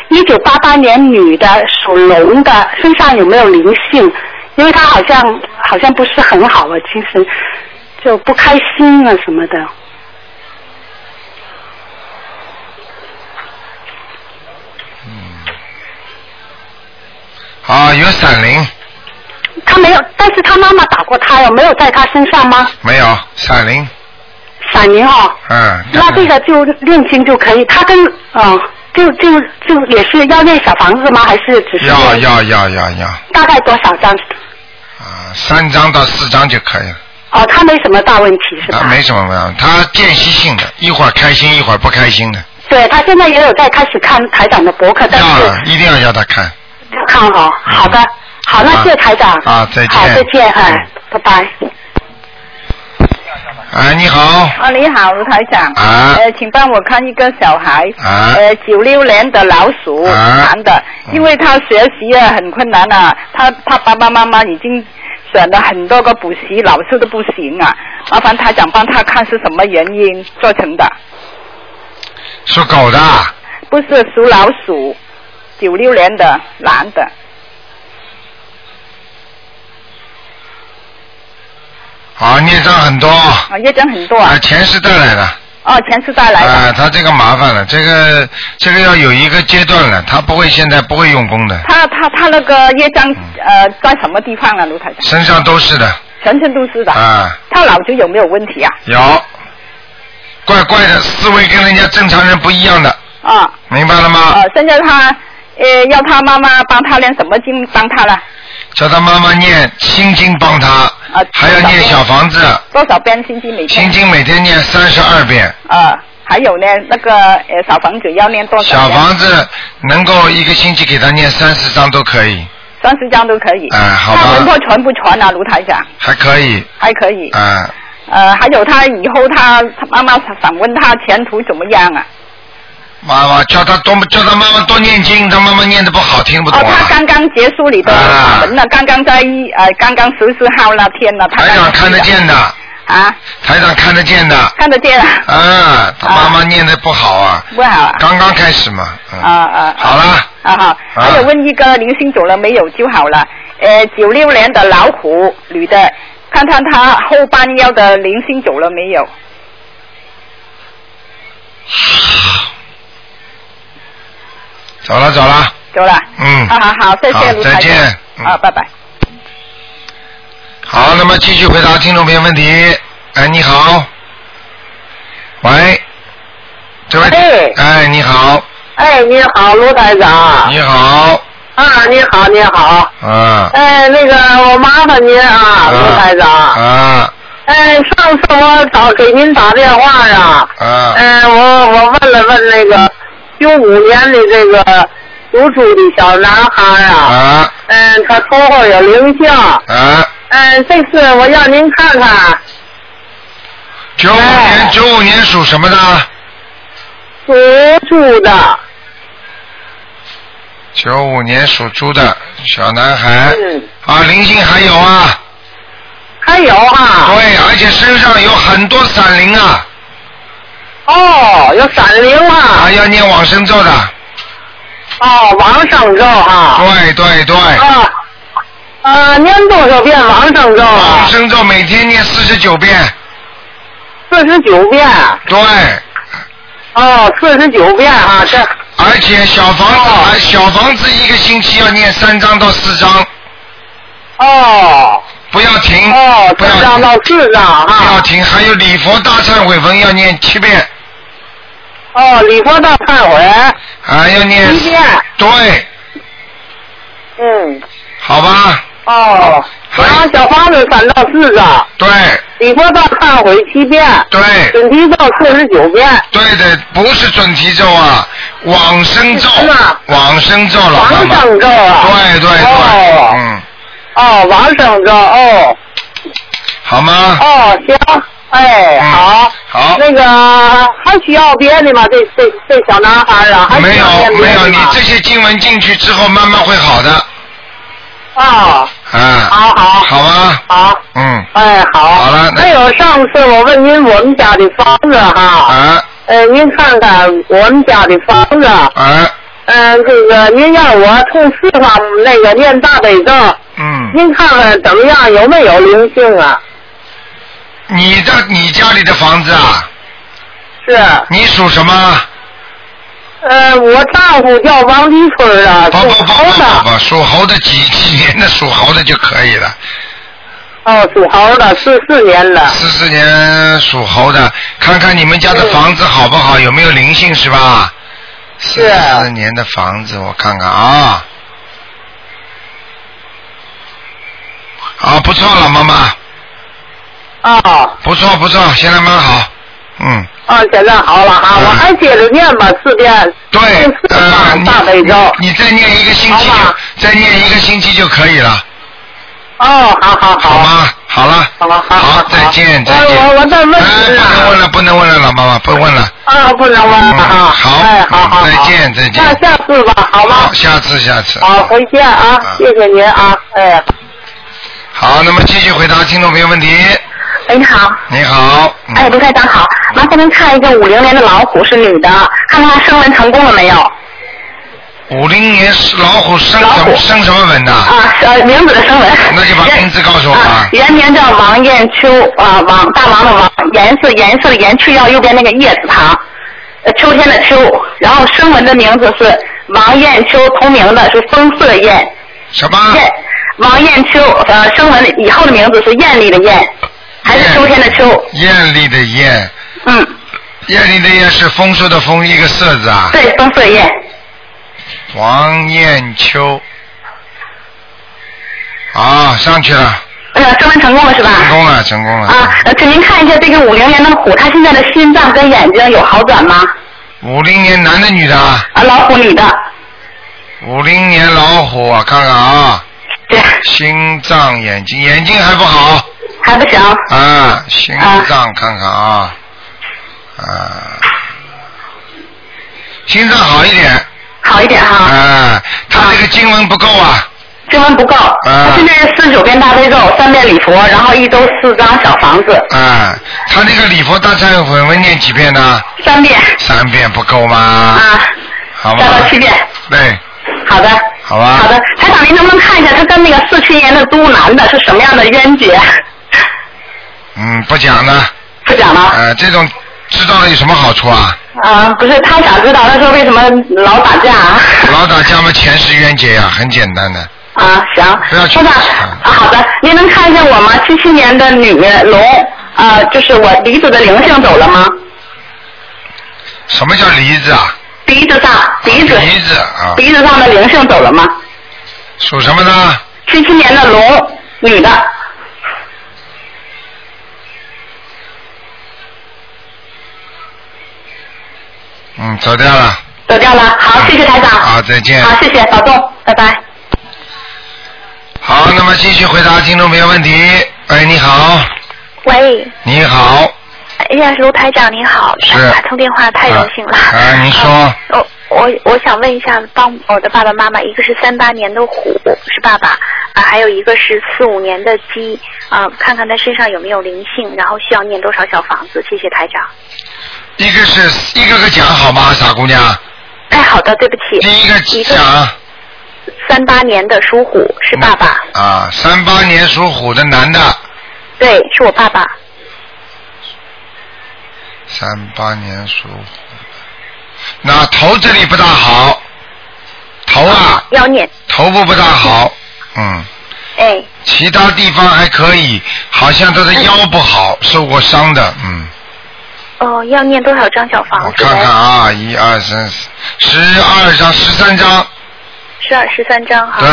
G: 一九八八年女的，属龙的，身上有没有灵性？因为她好像好像不是很好啊，精神就不开心啊什么的。
A: 啊，有闪灵
G: 她没有，但是她妈妈打过胎哦，没有在她身上吗？
A: 没有？闪灵，
G: 闪灵哦。
A: 嗯，
G: 那这个就念经就可以，她跟嗯，就就就也是要念小房子吗？还是只是
A: 要
G: 念
A: 要要要要，
G: 大概多少张？
A: 啊，三张到四张就可以了，
G: 哦，他没什么大问题是吧？
A: 啊，没什么问题，他间隙性的，一会儿开心一会儿不开心的，
G: 对他现在也有在开始看台长的博客，但
A: 要了
G: 是
A: 啊一定要要他看。
G: 看好，好的，好，那谢谢台长。
A: 啊再见
G: 好，再见，哎，拜拜。
A: 哎，你好，
H: 啊，你好，卢台长。
A: 啊
H: 呃，请帮我看一个小孩。
A: 啊
H: 呃，九六年的老鼠，
A: 啊
H: 男的，因为他学习啊很困难啊，他他爸爸妈妈已经选了很多个补习，老师都不行啊。麻烦台长帮他看是什么原因做成的，
A: 属狗的啊，
H: 不是属老鼠，九六年的男的。
A: 啊，孽障很多，
H: 啊，业障很多啊
A: 啊，。前世带来的，
H: 哦，前世带来的。
A: 啊，他这个麻烦了，这个这个要有一个阶段了，他不会现在不会用功的，
H: 他他他那个业障呃在什么地方啊，卢台长？
A: 嗯身上都是的，
H: 全身都是的。
A: 啊，
H: 他脑子有没有问题啊？
A: 有，怪怪的思维跟人家正常人不一样的，
H: 啊。
A: 明白了吗？
H: 呃，现在他呃要他妈妈帮他练什么经帮他了？
A: 叫他妈妈念心经帮他，还要念啊小房子，
H: 多少遍心经每天？
A: 心经每天念三十二遍，
H: 呃，还有呢，那个呃小房子要练多少
A: 小
H: 遍？
A: 房子能够一个星期给他念三十张都可以，
H: 三十张都可以。
A: 哎好吧
H: 他魂魄全不全啊？卢台长
A: 还可以，
H: 还可以。
A: 啊。
H: 呃，还有他以后他他妈妈想问他前途怎么样啊？
A: 妈妈叫他多叫他妈妈多念经，他妈妈念的不好，听不懂
H: 哦，
A: 啊
H: 他。刚刚结束你的
A: 啊
H: 法门了，刚刚在呃刚刚十四号那天了，他
A: 台
H: 刚
A: 长
H: 刚
A: 看得见的，
H: 啊，
A: 台长看得见的，
H: 看得见啊，
A: 啊，他妈妈念的不好啊，
H: 不好啊。
A: 刚刚开始嘛。嗯
H: 啊啊啊
A: 好了，
H: 啊好，还有问一个灵性走了没有就好了。呃，九六年的老虎女的，看看她后半腰的零星走了没有？
A: 走了走了，
H: 走了。
A: 嗯
H: 好好好，谢
A: 好
H: 谢卢台
A: 再
H: 长
A: 见嗯
H: 啊，拜拜。
A: 好，那么继续回答听众朋友问题。哎，你好，喂，这位，哎，你好，
B: 哎，你好，卢台长。
A: 你好，
B: 啊，你好，你好。
A: 啊
B: 哎，那个，我麻烦您啊，卢台长。
A: 啊
B: 哎，上次我打给您打电话呀，
A: 啊
B: 哎，我我问了问那个九五年的这个读书的小男孩啊，
A: 啊
B: 嗯，他头发有灵性，
A: 啊！
B: 嗯，这次我让您看看
A: 九五
H: 哎
A: 年，九五年属什么的？
B: 属猪的，
A: 九五年属猪的小男孩，
B: 嗯，
A: 啊，灵性还有啊，
B: 还有啊，
A: 对，而且身上有很多闪灵啊，
B: 哦，有闪灵啊
A: 还，要念往生咒的，
B: 哦，王上咒啊。
A: 对对对，
B: 啊，啊，念多少遍往生咒
A: 往
B: 啊？
A: 生咒每天念四十九遍，
B: 四十九遍。
A: 对，
B: 哦，四十九遍啊，这哦
A: 而且小房子，啊小房子一个星期要念三张到四张，
B: 哦
A: 不要停，
B: 哦，
A: 不
B: 四
A: 要
B: 张
A: 停
B: 到四张
A: 不要
B: 啊。
A: 停，还有礼佛大忏悔文要念七遍，
B: 哦，礼佛大忏悔
A: 啊，要念
B: 一遍。
A: 对，
B: 嗯，
A: 好吧，
B: 哦，
A: 还
B: 然后小房子三到四张，
A: 对
B: 礼佛大忏悔七遍，
A: 对。
B: 准提咒四十九遍，
A: 对的，不是准提咒啊，往生咒
B: 是吗，
A: 往生咒了，妈
B: 往
A: 妈。
B: 生咒啊。
A: 对对对，
B: 哦
A: 嗯，
B: 哦，往生咒哦
A: 好吗？
B: 哦行，哎
A: 嗯
B: 好。
A: 好，
B: 那个还需要别的吗？这这这小男孩啊，还
A: 没
B: 需要
A: 有
B: 念别
A: 没
B: 的
A: 有，你
B: 吗
A: 这些经文进去之后，慢慢会好的，
B: 啊，好
A: 啊，
B: 好
A: 好吗？
B: 好，
A: 嗯，
B: 哎好。
A: 好了那
B: 还有上次我问您我们家的房子哈，
A: 啊
B: 呃，您看看我们家的房子，
A: 啊，
B: 嗯、这个您让我从四方那个念大悲咒，
A: 嗯，
B: 您看看怎么样，有没有灵性啊？
A: 你的你家里的房子啊，
B: 是，
A: 你属什么？
B: 呃，我丈夫叫王立春啊，
A: 不
B: 属
A: 不不不
B: 猴
A: 不
B: 的，
A: 不，属猴的几几年的属猴的就可以了。
B: 哦，属猴的，四四年的，
A: 四四年属猴的，看看你们家的房子好不好，有没有灵性是吧？四四年的房子，我看看啊。啊，不错了，妈妈，
B: 哦。
A: 不错不错，现在蛮好，嗯，
B: 啊，现在好了啊，
A: 嗯
B: 我还接着念吧，四遍，
A: 对
B: 四，遍
A: 呃，
B: 大悲
A: 你
B: 咒。
A: 你再念一个星期
B: 好吧
A: 就，再念一个星期就可以了，
B: 哦，好好
A: 好
B: 好，
A: 吗？好了，
B: 好好好好
A: 再见再见。
B: 哎我我再问
A: 哎，不
B: 你
A: 能问了，不能问了，老妈妈，不问了。
B: 啊，不能忘了啊。
A: 嗯好
B: 哎，好好好，
A: 再见再见
B: 那下次吧，好吗
A: 好，？下次下次。
B: 好，回见
A: 嗯
B: 啊，谢谢您啊，哎。
A: 好，那么继续回答听众朋友问题。
G: 哎，你好，
A: 你好，嗯、
G: 哎，卢台长好，麻烦您看一个五零年的老虎是女的，看看她升温成功了没有？
A: 五零年是老虎生
G: 老
A: 什么
G: 虎
A: 生什么文的？
G: 啊，呃，名字的升温。
A: 那就把名字告诉我
G: 啊
A: 吧，。
G: 原名叫王艳秋，啊，王大王的王，颜色颜色的颜，去掉右边那个叶字旁，呃，秋天的秋。然后声纹的名字是王艳秋，同名的是风色艳，
A: 什么？
G: 艳、王艳秋，呃，声纹以后的名字是艳丽的艳，还是秋天的秋？
A: 艳丽的艳，
G: 嗯，
A: 艳丽的艳是丰收的丰，一个色字啊。
G: 对，风色艳。
A: 王艳秋。啊，上去了，
G: 呃，升温成功了是吧？
A: 成功了，成功
G: 啊
A: 了。，
G: 呃请您看一下这个五零年的虎，它现在的心脏跟眼睛有好转吗？
A: 五零年男的女的啊？
G: 啊，老虎女的，
A: 五零年老虎，我看看啊，
G: 对，
A: 心脏、眼睛，眼睛还不好。
G: 还不行。
A: 啊，心脏看看啊，啊，心脏好一点，
G: 好一点哈、
A: 啊，他这个经文不够啊，
G: 经文不够，
A: 嗯
G: 他现在是四十九遍大悲咒，三遍礼佛，然后一周四张小房子，
A: 啊，他那个礼佛大忏悔文念几遍呢？
G: 三遍
A: 三遍不够吗？
G: 啊，
A: 好
G: 加
A: 吗？
G: 到七遍。
A: 对，
G: 好的，
A: 好吧？
I: 好的，台长您能不能看一下他跟那个四七年的猪男的是什么样的冤结？
A: 嗯，不讲了。
I: 不讲了。
A: 呃，这种知道了有什么好处啊？
I: 啊，不是，他想知道，他说为什么老打架啊？
A: 老打架嘛，前世冤结呀、很简单的。
I: 啊，行，台长，啊好的，您能看一下我吗？七七年的女呃龙，啊，就是我鼻子的灵性走了吗？
A: 什么叫梨子啊？
I: 鼻子上，鼻子，
A: 梨子啊。
I: 鼻子上的灵性走了吗？
A: 属什么呢？
I: 七七年的龙，女的，
A: 嗯，走掉了。
I: 走掉了。好，谢谢台长。
A: 好，再见。
I: 好，谢谢，保重，拜拜。
A: 好，那么继续回答听众朋友问题。哎，你好，
J: 喂，
A: 你好，
J: 哎呀，卢台长您好，
A: 是
J: 打通电话太荣幸了。
A: 啊，您说，
J: 我我我想问一下，帮我的爸爸妈妈，一个是三八年的虎是爸爸，啊，还有一个是四五年的鸡，啊，看看他身上有没有灵性，然后需要念多少小房子？谢谢台长。
A: 一个是一个个讲好吗，傻姑娘？
J: 哎，好的，对不起。
A: 第一个
J: 讲。三八年的属虎是爸爸，
A: 啊，三八年属虎的男的，
J: 对，是我爸爸。
A: 三八年属虎，那头这里不大好，头啊，
J: 要念，
A: 头部不大好，嗯，
J: 哎，
A: 其他地方还可以，好像他的腰不好，受过伤的，嗯，
J: 哦、要念多少张小房子？
A: 看看啊，一二三四，十二张，十三张，
J: 十二十三张哈。
A: 对，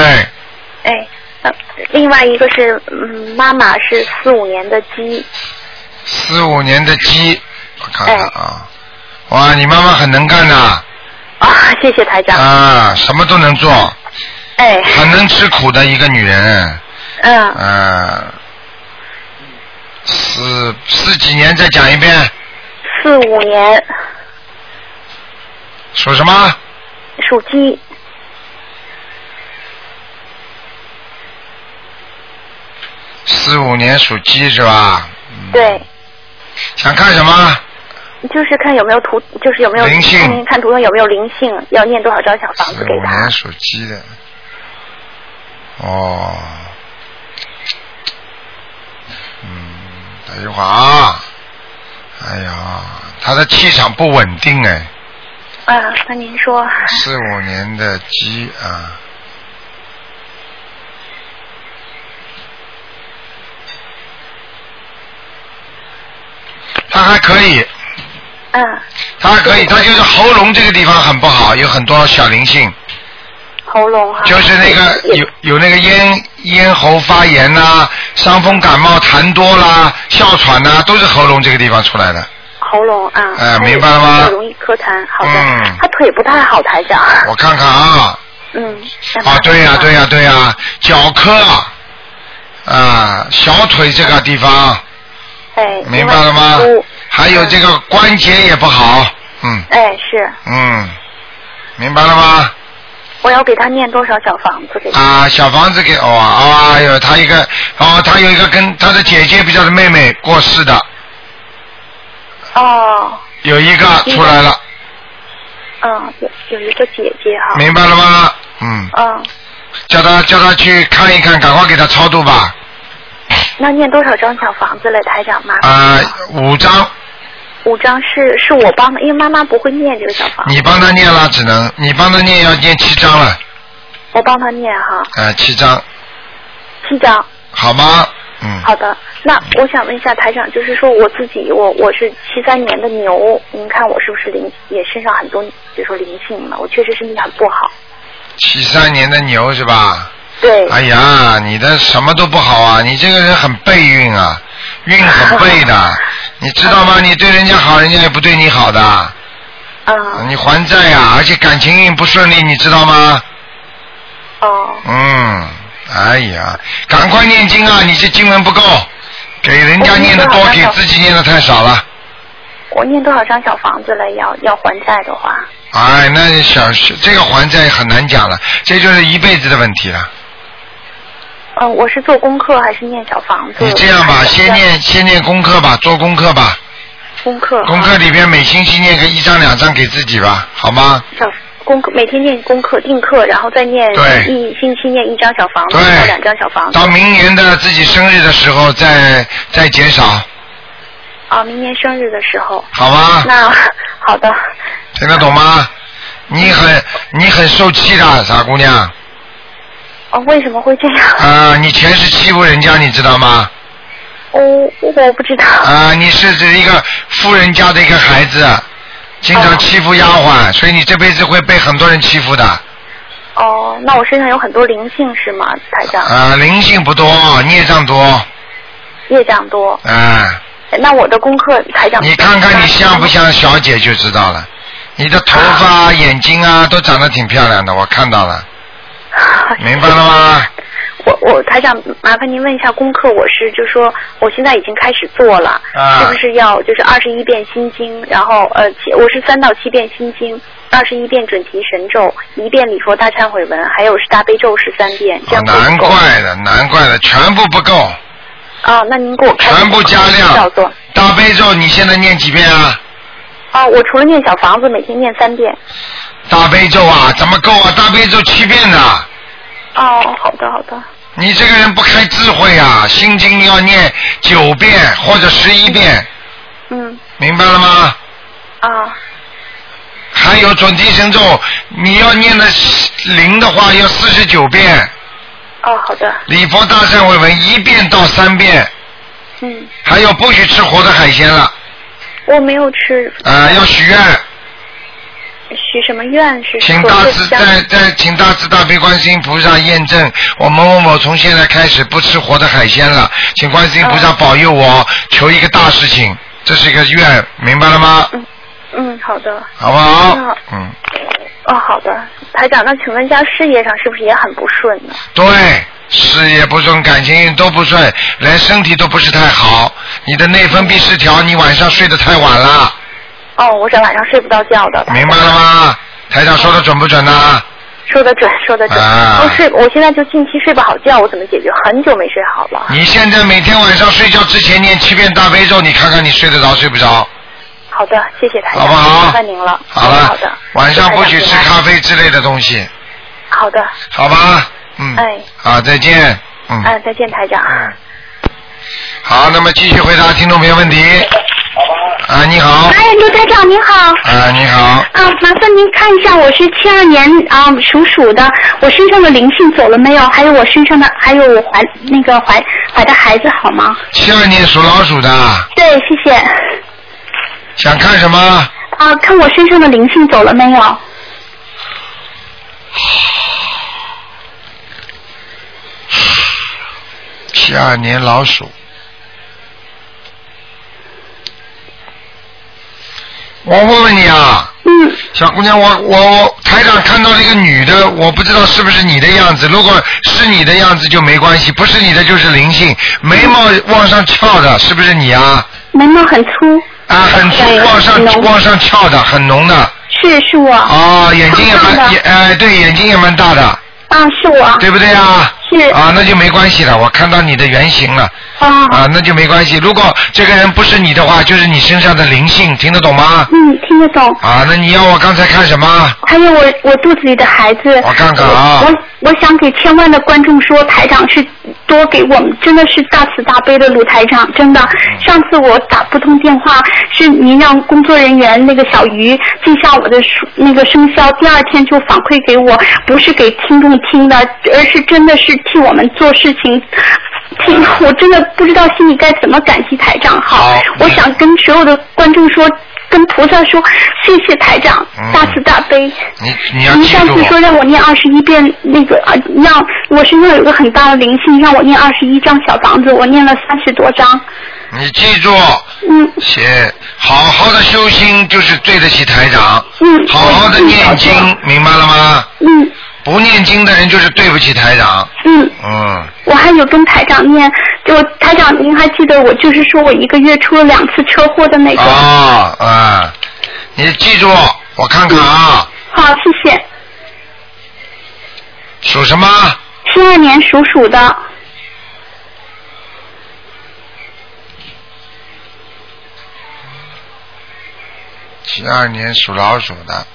J: 哎，呃另外一个是，嗯，妈妈是四五年的鸡，
A: 四五年的鸡，我看看啊，哇，你妈妈很能干呐，
J: 哎啊，谢谢台长，
A: 啊，什么都能做，
J: 哎，
A: 很能吃苦的一个女人，
J: 嗯，
A: 啊，四四几年再讲一遍，
J: 四五年
A: 属什么？
J: 属鸡，
A: 四五年属鸡是吧？
J: 对，
A: 想看什么？
J: 就是看有没有图，就是有没有
A: 灵性
J: 看看图上有没有灵性，要念多少张小房
A: 四
J: 子给
A: 五
J: 他？
A: 年属鸡的，哦，嗯，等一会儿啊，哎呀，他的气场不稳定哎，
J: 啊，那您说，
A: 四五年的鸡啊。他还可以，
J: 嗯，
A: 他还可以，他就是喉咙这个地方很不好，有很多小灵性，
J: 喉咙哈，
A: 就是那
J: 啊
A: 个有有那个咽咽喉发炎啦、伤风感冒、痰多啦、哮喘呐、都是喉咙这个地方出来的。
J: 喉咙啊，
A: 哎明白了吗
J: 比较容易咳痰，好的，
A: 嗯
J: 他腿不太好，台长，
A: 我看看啊，
J: 嗯，
A: 啊，对呀、对呀、对呀、脚科啊啊，小腿这个地方，
J: 哎，
A: 明白了吗
J: 另外一个猪？嗯
A: 还有这个关节也不好，嗯
J: 哎，是，
A: 嗯，明白了吗？
J: 我要给他念多少小房子给他？
A: 啊，小房子给哦啊，哎呦，他一个哦，他有一个跟他的姐姐比较的妹妹过世的，啊
J: 哦，
A: 有一个出来了，
J: 嗯，有有一个姐姐哈，
A: 明白了吗？嗯，
J: 嗯，
A: 叫他叫他去看一看，赶快给他超度吧。
J: 那念多少张小房子了，台长妈？
A: 啊、五张，
J: 五张是是我帮的，因为妈妈不会念这个小房，
A: 你帮他念了，只能你帮他念要念七张了，啊、啊
J: 我帮她念哈，
A: 七张，
J: 七张。
A: 好吗？嗯，
J: 好的，那我想问一下台长，就是说我自己，我我是七三年的牛，您看我是不是灵也身上很多，比如说灵性嘛，我确实身体很不好。
A: 七三年的牛是吧？
J: 对，
A: 哎呀，你的什么都不好啊！你这个人很背运啊，运很背
J: [LAUGHS]
A: 的，你知道
E: 嗯
A: 吗？你对人家好，人家也不对你好的。啊。
E: 嗯
A: 你还债呀、而且感情运不顺利，你知道吗？
J: 哦。
A: 嗯，哎呀，赶快念经啊！你这经文不够，给人家
J: 我念
A: 念的
J: 得
A: 多，
J: 好
A: 给
J: 像
A: 自己念的太少了。
J: 我念多少张小房子了？要要还债的话，
A: 哎，那小这个还债很难讲了，这就是一辈子的问题了。
J: 嗯、我是做功课还是念小房子？
A: 你这样吧，先念先念功课吧，做功课吧。
J: 功课。
A: 功课里边每星期念个一张两张给自己吧，好吗？
J: 小功课，每天念功课定课，然后再念
A: 对
J: 一星期念一张小房子
A: 对
J: 到两张小房子。
A: 到明年的自己生日的时候再再减少，
J: 啊，明年生日的时候。
A: 好吗
J: 那好的，
A: 听得懂吗？你很你很受气的傻姑娘啊、
J: 哦，为什么会这样？
A: 你前世欺负人家，你知道吗？
J: 哦，我不知道。
A: 啊、你是指一个富人家的一个孩子，经常欺负丫鬟，所以你这辈子会被很多人欺负的。
J: 哦，那我身上有很多灵性是吗，台长？
A: 啊、灵性不多，孽障多，啊、
J: 业障多。那我的功课，台长。
A: 你看看你像不像小姐就知道了。你的头发、眼睛啊，都长得挺漂亮的，我看到
J: [LAUGHS]
A: 了，明白了吗？
J: 我我台长，麻烦您问一下功课，我是就说我现在已经开始做了，
A: 啊
J: 是不是要就是二十一遍心经，然后呃七我是三到七遍心经，二十一遍准提神咒，一遍礼佛大忏悔文，还有是大悲咒十三遍，这
A: 哦
J: 样够
A: 难
J: 不够
A: 怪的，难怪的，全部不够。
J: 啊，那您给我看
A: 全部加量
J: 要做
A: 大悲咒你现在念几遍啊？
J: 啊，我除了念小房子，每天念三遍。
A: 大悲咒啊，怎么够啊？大悲咒七遍呢。
J: 哦，好的好的，
A: 你这个人不开智慧啊！心经要念九遍或者十一遍，
J: 嗯
A: 明白了吗？
J: 啊
A: 还有准提神咒，你要念的灵的话要四十九遍，
J: 哦好的，
A: 礼佛大忏悔文一遍到三遍，
J: 嗯，
A: 还有不许吃活的海鲜了，
J: 我没有吃
A: 啊，要许愿，
J: 许什么愿是
A: 请
J: 说
A: 大
J: 是
A: 慈
J: 香
A: 在在请大慈大悲观世音菩萨验证，我某某某从现在开始不吃活的海鲜了，请观世音菩萨保佑
J: 嗯
A: 我，求一个大事情，这是一个愿，明白了吗？
J: 嗯好的。
A: 好不好
J: 那？
A: 嗯，
J: 哦，好的，台长，那请问一下事业上是不是也很不顺呢？
A: 对，事业不顺，感情都不顺，连身体都不是太好。你的内分泌失调，你晚上睡得太晚了，
J: 哦，我这晚上睡不到觉的，
A: 明白了吗？台长说的准不准啊呢、
J: 说得准，说得准。
A: 啊
J: 我睡，我现在就近期睡不好觉，我怎么解决？很久没睡好了。
A: 你现在每天晚上睡觉之前念七遍大悲咒，你看看你睡得着睡不着？
J: 好的，谢谢台长，
A: 好不好
J: 麻烦您了。
A: 好
J: 的
A: 了，
J: 好的，
A: 晚上不许吃
J: 台长
A: 咖啡之类的东西，
J: 好的，
A: 好吧？嗯，
J: 哎，
A: 好，再见。嗯，
J: 嗯，再见，台长。
A: 好，那么继续回答听众朋友问题。啊，你好，
K: 哎，刘台长您好，
A: 啊，你好，
K: 啊，麻烦您看一下，我是七二年啊属鼠的，我身上的灵性走了没有？还有我身上的，还有我怀那个怀怀的孩子好吗？
A: 七二年属老鼠的，
K: 对，谢谢。
A: 想看什么？
K: 啊，看我身上的灵性走了没有？
A: 七二年老鼠。我问问你啊，
K: 嗯，
A: 小姑娘，我我我台长看到了一个女的，我不知道是不是你的样子。如果是你的样子就没关系，不是你的就是灵性，眉毛往上翘的，是不是你啊？
K: 眉毛很粗。
A: 啊，很粗，
K: 哎
A: 往上往上翘的，很浓的。
K: 是是我。
A: 哦，眼睛也蛮，也哎，对，眼睛也蛮大的。
K: 啊，是我。
A: 对不对啊？
K: 是。
A: 啊，那就没关系了，我看到你的原型了。
K: 啊。
A: 啊，那就没关系。如果这个人不是你的话，就是你身上的灵性，听得懂吗？
K: 嗯，听得懂。
A: 啊，那你要我刚才看什么？
K: 还有我我肚子里的孩子，我
A: 看看啊
K: 我我想给千万的观众说，台长是多给我们，真的是大慈大悲的鲁台长，真的。
A: 嗯
K: 上次我打不通电话，是您让工作人员那个小鱼记下我的书那个生肖，第二天就反馈给我，不是给听众听的，而是真的是替我们做事情。听， [LAUGHS] 我真的不知道心里该怎么感激台长好。我
A: 嗯
K: 想跟所有的观众说，跟菩萨说，谢谢台长，
A: 嗯
K: 大慈大悲。
A: 你你要
K: 您
A: 记
K: 上
A: 住哦
K: 次，说让我念二十一遍那个啊，让我身上有个很大的灵性，让我念二十一张小房子，我念了三十多张。
A: 你记住，
K: 嗯，
A: 写好好的修心就是对得起台长。
K: 嗯
A: 好好的念经，明白了吗？
K: 嗯。
A: 不念经的人就是对不起台长。
K: 嗯。
A: 嗯。
K: 我还有跟台长念，就台长您还记得我就是说我一个月出了两次车祸的那个。
A: 啊啊！你记住，我看看啊，
K: 好，谢谢。
A: 属什么？
K: 七二年属鼠的，
A: 七二年属老鼠的。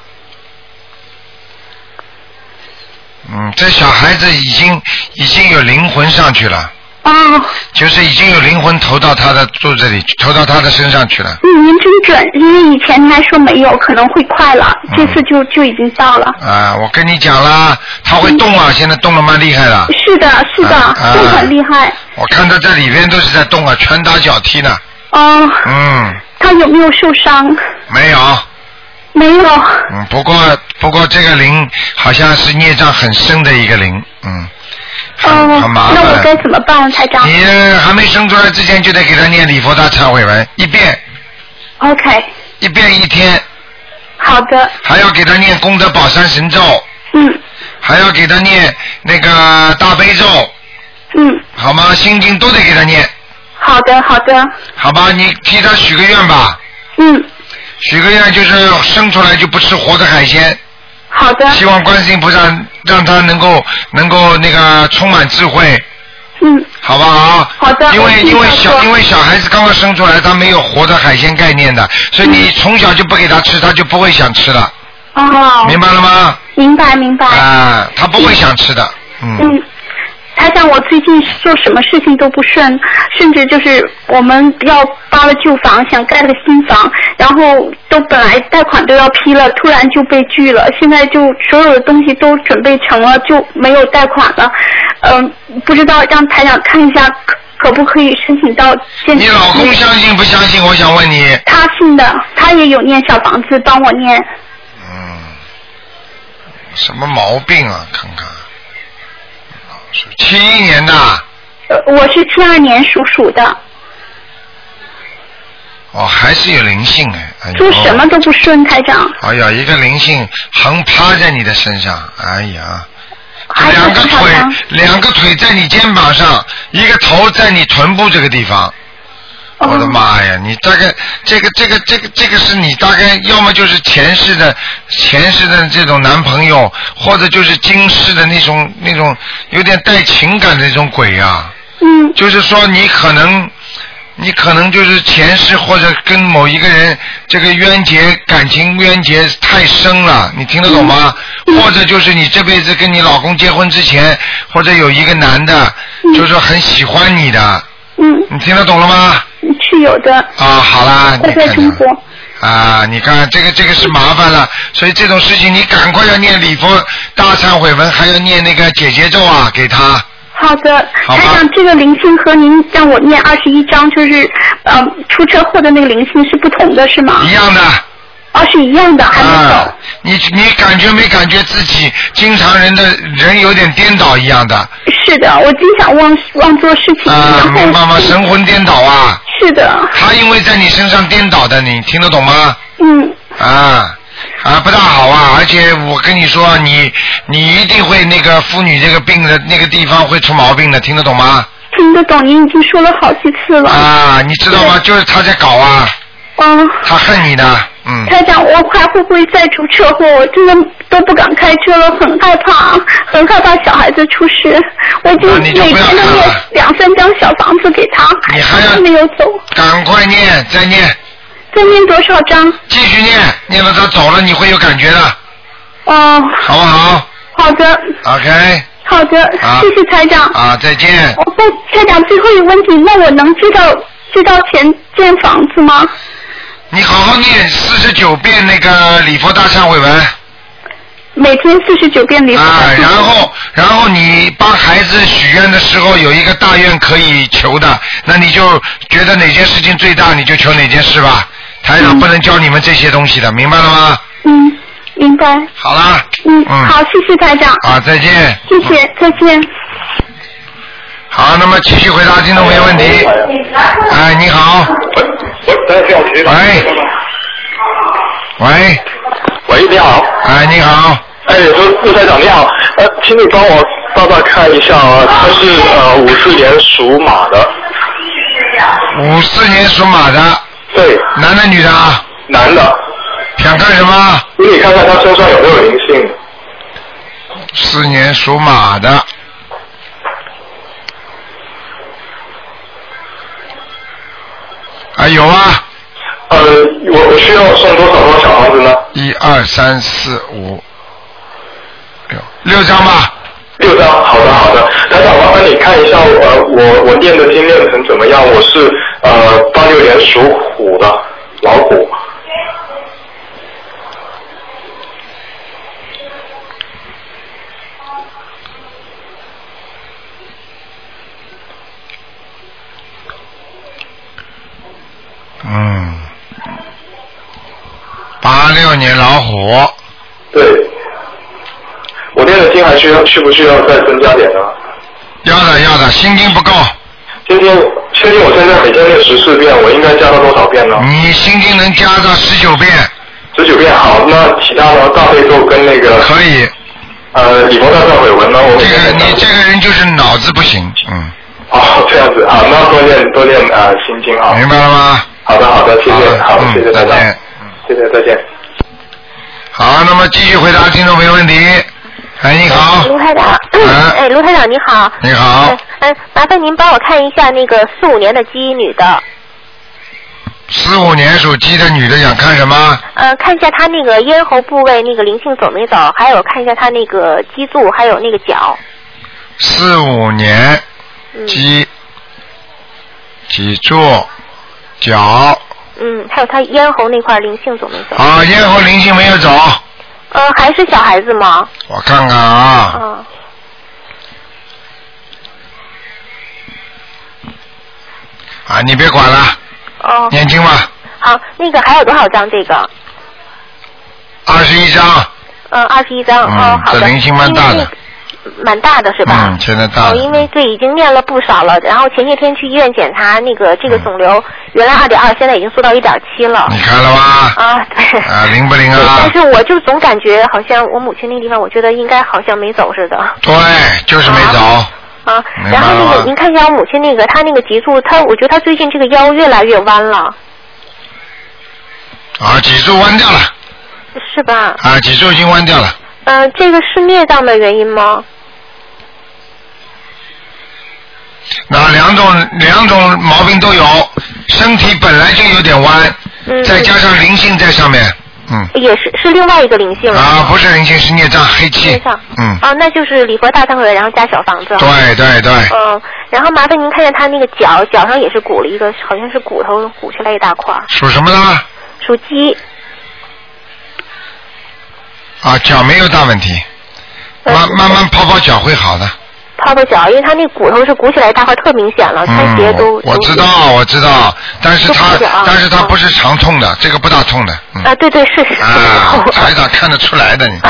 A: 嗯这小孩子已经已经有灵魂上去了。
K: 哦，
A: 就是已经有灵魂投到他的肚子里，投到他的身上去了。
K: 嗯，您真准，因为以前来说没有，可能会快了，
A: 嗯
K: 这次就就已经到了。
A: 啊，我跟你讲啦，他会动啊，现在动的蛮厉害的。
K: 是的，是的，
A: 啊
K: 都很厉害。
A: 我看他这里边都是在动啊，拳打脚踢呢。
K: 哦，
A: 嗯，
K: 他有没有受伤？
A: 没有，
K: 没有。
A: 嗯，不过不过这个灵好像是孽障很深的一个灵，嗯，
K: 哦
A: 很麻，
K: 那
A: 烦
K: 我该怎么办，台长
A: 你呃还没生出来之前就得给他念礼佛大忏悔文一遍，
K: ？OK，
A: 一遍一天，
K: 好的，
A: 还要给他念功德宝山神咒，
K: 嗯，
A: 还要给他念那个大悲咒，
K: 嗯，
A: 好吗？心经都得给他念，
K: 好的，好的，
A: 好吧？你替他许个愿吧，
K: 嗯，
A: 许个愿就是生出来就不吃活的海鲜。
K: 好的。
A: 希望观世音菩萨让他能够能够那个充满智慧。
K: 嗯。
A: 好不好？
K: 好的
A: 因为
K: 我听
A: 因为
K: 他
A: 小
K: 说
A: 因为小孩子刚刚生出来，他没有活的海鲜概念的，所以
K: 嗯
A: 你从小就不给他吃，他就不会想吃了，
K: 哦，
A: 明白了吗？
K: 明白，明白。
A: 啊，他不会想吃的，嗯。
K: 嗯，台长，我最近做什么事情都不顺，甚至就是我们要扒了旧房，想盖个新房，然后都本来贷款都要批了，突然就被拒了，现在就所有的东西都准备成了，就没有贷款了。嗯、不知道让台长看一下可可不可以申请到建
A: 你老公相信不相信？我想问你，
K: 他信的，他也有念小房子，帮我念。
A: 什么毛病啊？看看，七一年的，哎
K: 呃，我是七二年属鼠的，
A: 哦，还是有灵性哎，哎呦
K: 做什么都不顺，台长。
A: 哎呀，一个灵性横趴在你的身上，哎呀，
K: 还有
A: 两个
K: 多少
A: 腿
K: 张，
A: 两个腿在你肩膀上，一个头在你臀部这个地方。
K: 哦
A: 我的妈呀！你大概这个这个这个这个是你大概要么就是前世的前世的这种男朋友，或者就是今世的那种那种有点带情感的那种鬼呀、
K: 嗯。
A: 就是说你可能你可能就是前世或者跟某一个人这个冤结感情冤结太深了，你听得懂吗？
K: 嗯
A: 或者就是你这辈子跟你老公结婚之前，或者有一个男的，就是说很喜欢你的，
K: 嗯，
A: 你听得懂了吗？
K: 是有的。
A: 啊，好啦，
K: 我
A: 你
K: 在
A: 看
K: 中
A: 看
K: 国。
A: 啊，你看这个这个是麻烦了，所以这种事情你赶快要念礼佛大忏悔文，还要念那个解结咒啊，给他。
K: 好的，
A: 好吧
K: 台长，这个灵性和您让我念二十一章，就是呃出车祸的那个灵性是不同的，是吗？
A: 一样的。
K: 哦，是一样的，还没走。
A: 啊，你你感觉没感觉自己经常人的人有点颠倒一样的
K: 是的，我经常忘忘做事情，
A: 啊？
K: 然后
A: 明白吗？神魂颠倒啊！
K: 是的，
A: 他因为在你身上颠倒的，你听得懂吗？
K: 嗯。
A: 啊啊，不大好啊！而且我跟你说，你你一定会那个妇女这个病的那个地方会出毛病的，听得懂吗？
K: 听得懂，您已经说了好几次了。
A: 啊，你知道吗？就是他在搞啊，
K: 嗯，
A: 他恨你的，嗯。
K: 台长，我还会不会再出车祸？我真的都不敢开车了，很害怕，很害怕小孩子出事。我已经每天都念两三张小房子给他，还是没有走。
A: 赶快念，再念，
K: 再念多少张？
A: 继续念，念到他走了，你会有感觉的，
K: 哦，
A: 好不好
K: 好的，
A: ？OK，
K: 好的，
A: 啊
K: 谢谢台长。
A: 啊，再见。
K: 我不，台长最后一个问题，那我能知道知道钱建房子吗？
A: 你好好念四十九遍那个礼佛大忏悔文
K: 啊每天四十九遍离佛
A: 啊，然后然后你帮孩子许愿的时候有一个大愿可以求的，那你就觉得哪件事情最大，你就求哪件事吧。台长不能教你们这些东西的，明白了吗？
K: 嗯，明白。
A: 好啦，
K: 嗯，
A: 嗯
K: 好，谢谢台长，
A: 啊，再见。
K: 谢谢，再见。
A: 好，那么继续回答听众朋友问题。哎，你好。
L: 哎
A: 喂。喂。
L: 喂，你好。
A: 哎，你好。
L: 哎，陆台长你好，呃，请你帮我爸爸看一下啊，他是呃五四年属
A: 嗯
L: 马的，
A: 五四年属马的。
L: 对。
A: 男的女的啊？
L: 男的。
A: 想干什么？
L: 请你看看他身上有没有灵性？
A: 四年属马的。啊，有啊。
L: 呃，我我需要送多少套小房子呢？
A: 一二三四五六，六张吧。
L: 的，好的，好的。台长，麻烦你看一下，呃，我我念的经念成怎么样？我是呃八六年属虎的老虎。
A: 嗯，八六年老虎，
L: 对，我念的经还需要需不需要再增加点呢？
A: 要的要的，心经不够。
L: 今天确定我现在每天念十四遍，我应该加到多少遍呢？
A: 你心经能加到十九遍，
L: 十九遍好，那其他呢？大悲咒跟那个
A: 可以。
L: 呃，礼佛大忏悔文呢？我
A: 这个你这个人就是脑子不行，嗯，
L: 哦，这样子啊，那多念多念啊、呃心经啊。
A: 明白了吗？
L: 好的，好的，谢谢，好，谢谢
A: 嗯，
L: 台
A: 再
L: 长，
A: 见。
L: 谢谢，再见。
A: 好，那么继续回答听众朋友问题。哎，你好，
E: 卢台长，哎，卢台长你好，
A: 啊你好，
E: 哎，麻烦您帮我看一下那个四五年的鸡女的，
A: 四五年属鸡的女的想看什么？
E: 呃，看一下她那个咽喉部位那个灵性走没走，还有看一下她那个脊柱，还有那个脚，
A: 四五年鸡，脊柱、脚
E: 嗯，还有她咽喉那块灵性走没走？
A: 啊，咽喉灵性没有走，
E: 呃，还是小孩子吗？
A: 我看看啊，
E: 嗯，
A: 啊，你别管了，
E: 哦，
A: 念经吧，
E: 好，那个还有多少张这个？
A: 二十一章，
E: 嗯，二十一张，哦
A: 嗯，，
E: 好
A: 这
E: 的，
A: 灵性蛮大
E: 因为
A: 的，
E: 那蛮大的是吧？
A: 嗯，现在大
E: 哦，
A: 了，
E: 因为对，已经念了不少了。然后前些天去医院检查，那个这个肿瘤原来二点二，现在已经缩到一点七了。
A: 嗯你看了吧？
E: 啊，对。
A: 啊，
E: [LAUGHS]
A: 灵不灵啊
E: 但？是我就总感觉好像我母亲那个地方，我觉得应该好像没走似的
A: 对，就是没走，
E: 啊。
A: 明
E: 然
A: 白
E: 后
A: 了
E: 那个
A: 吗？
E: 您看一下我母亲那个，她那个脊柱，她我觉得她最近这个腰越来越弯了，
A: 啊，脊柱弯掉了，
E: 是吧？
A: 啊，脊柱已经弯掉了，
E: 嗯、这个是孽障的原因吗？
A: 那两种两种毛病都有，身体本来就有点弯，
E: 嗯。
A: 再加上灵性在上面，嗯，
E: 也是是另外一个灵性了
A: 啊，不是灵性是孽障黑
E: 孽
A: 气，
E: 障。
A: 嗯，
E: 啊，那就是礼佛大忏悔文，然后加小房子。
A: 对对对
E: 嗯，然后麻烦您看一下他那个脚，脚上也是鼓了一个，好像是骨头鼓出来一大块儿，
A: 属什么呢？
E: 属鸡。
A: 啊，脚没有大问题，慢慢慢泡泡脚会好的，
E: 嗯泡泡脚，因为他那骨头是鼓起来一大块，特明显了，穿啊鞋
A: 嗯，
E: 都
A: 我我知道我知道，但是它
E: 都不是啊
A: 但是它不是常痛的，这个不大痛的，
E: [LAUGHS]
A: 嗯，
E: 啊，对对是是。
A: 啊，台长看得出来的，
E: [LAUGHS]
A: 你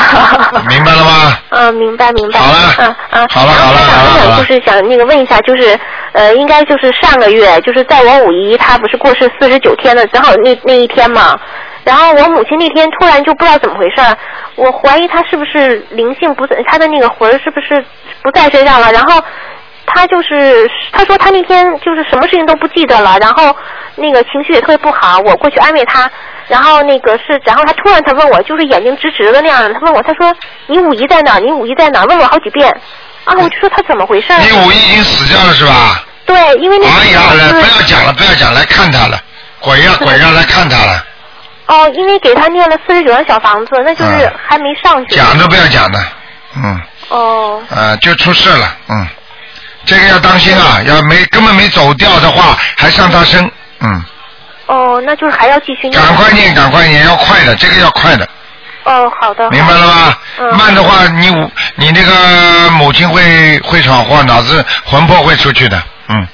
A: 明白了吗？
E: 嗯，明白明白。好了，嗯嗯，
A: 啊好了好了好了
E: 我
A: 好
E: 想
A: 了，
E: 就是想那个问一下，就是呃，应该就是上个月，就是在我五姨她不是过世四十九天的，正好那那一天嘛。然后我母亲那天突然就不知道怎么回事儿，我怀疑她是不是灵性不在，她的那个魂儿是不是不在身上了？然后她就是她说她那天就是什么事情都不记得了，然后那个情绪也特别不好，我过去安慰她，然后那个是，然后她突然她问我，就是眼睛直直的那样的，她问我，她说你五姨在哪儿？你五姨在哪儿？问我好几遍，啊，我就说她怎么回事儿？
A: 你五一已经死掉了是吧？
E: 对，因为那
A: 哎呀，来不要讲了，不要讲，来看他了，鬼呀、鬼呀、来看他了，
E: 哦，因为给她念了四十九张小房子，那就是
A: 嗯
E: 还没上去。
A: 讲都不要讲的，嗯，
E: 哦，
A: 啊，就出事了，嗯，这个要当心啊，要没根本没走掉的话，还上他身，嗯，
E: 哦，那就是还要继续念。
A: 赶快念，赶快念，要快的，这个要快的，
E: 哦，好
A: [LAUGHS]
E: 的。
A: 明白了吗？慢的话，你五你那个母亲会会闯祸，脑子魂魄会出去的，嗯，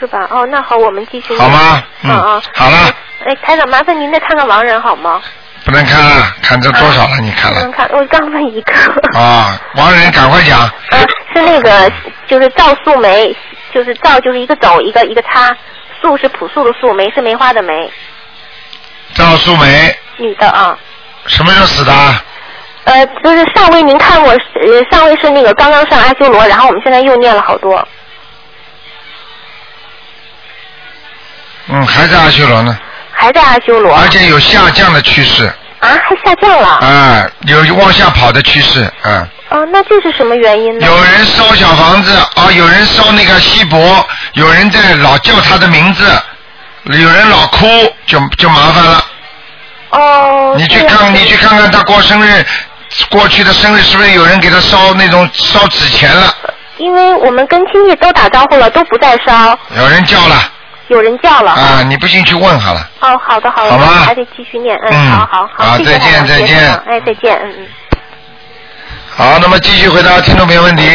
E: 是吧？哦，那好，我们继续。
A: 好吗？
E: 嗯
A: 嗯
E: 嗯，
A: 好了，
E: 哎，台长，麻烦您再看看亡人好吗？
A: 不能看了，看这多少了？你看
E: 不
A: 了
E: 能看，我刚问一个，
A: 啊？王人，赶快讲，
E: 是那个就是赵素梅，就是赵就是一个走一个一个擦，素是朴素的素，梅是梅花的梅，
A: 赵素梅
E: 女的啊。
A: 什么时候死的？
E: 呃，就是上位您看过，呃，上位是那个刚刚上阿修罗，然后我们现在又念了好多。
A: 嗯，还在阿修罗呢。
E: 还在阿修罗。
A: 而且有下降的趋势，
E: 啊，还下降了。
A: 啊、有往下跑的趋势，啊、
E: 哦、那这是什么原因呢？
A: 有人烧小房子，啊、有人烧那个锡箔，有人在老叫他的名字，有人老哭，就就麻烦了。
E: 哦。
A: 你去看，你去看看他过生日，过去的生日是不是有人给他烧那种烧纸钱了？
E: 因为我们跟亲戚都打招呼了，都不再烧，
A: 有人叫了
E: 有人叫了。
A: 啊？你不信去问好了。
E: 哦，好的好的，
A: 好吧
E: 我还得继续念，嗯，
A: 嗯
E: 好好
A: 好
E: 谢谢
A: 再见
E: 台长
A: 再见
E: 谢谢台长哎，再见，嗯嗯。
A: 好，那么继续回答听众朋友问题。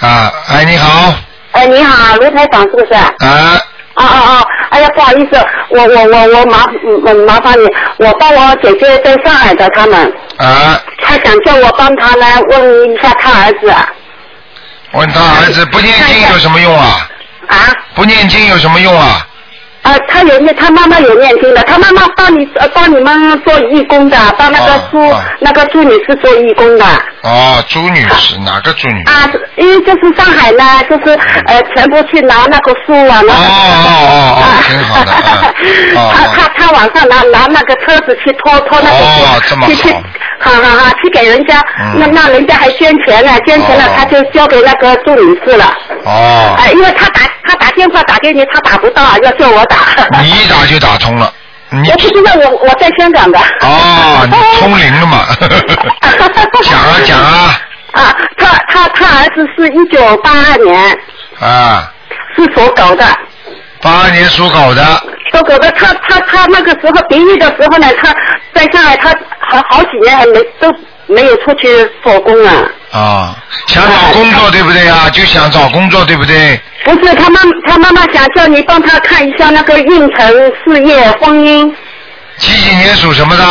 A: 啊，哎，你好，
B: 哎，你好，卢台长是不是？啊
A: 啊，
B: 哦哦，哎呀，不好意思，我我我我麻嗯麻烦你，我帮我姐姐在上海的他们，
A: 啊，
B: 她想叫我帮她来问一下她儿子啊，
A: 问他儿子不念经有什么用啊？
B: 啊？
A: 不念经有什么用啊？
B: 呃，她有念，她妈妈有念经的，她妈妈帮你呃帮你们做义工的，帮那个朱、那个朱女士做义工的。
A: 啊哦，朱女士，哪个朱女士？
B: 啊，因为就是上海呢，就是呃，全部去拿那个书啊，拿
A: 哦哦哦，挺好的，啊，
B: 他他他晚上拿拿那个车子去拖拖那个书，
A: 哦，这么
B: 去去
A: 好，嗯
B: 哈哈哈，去给人家，那那人家还捐钱呢，捐钱了他就交给那个助理士了，
A: 哦，
B: 哎，因为他打他打电话打给你，他打不到，要叫我打，
A: 你一打就打通了，你
B: [LAUGHS] 我不知道我我在香港的。
A: 哦，你通灵了嘛？讲啊讲啊
B: 啊，他他他儿子是一九八二年，
A: 啊，
B: 是属狗的，
A: 八二年属狗的，
B: 属狗的。他他他那个时候鼻疫的时候呢，他在上海，他好好几年还没都没有出去做工啊。
A: 啊，想找工作对不对啊？就想找工作对不对？
B: 不是他妈他妈妈想叫你帮他看一下那个运程、事业、婚姻。
A: 几几年属什么的？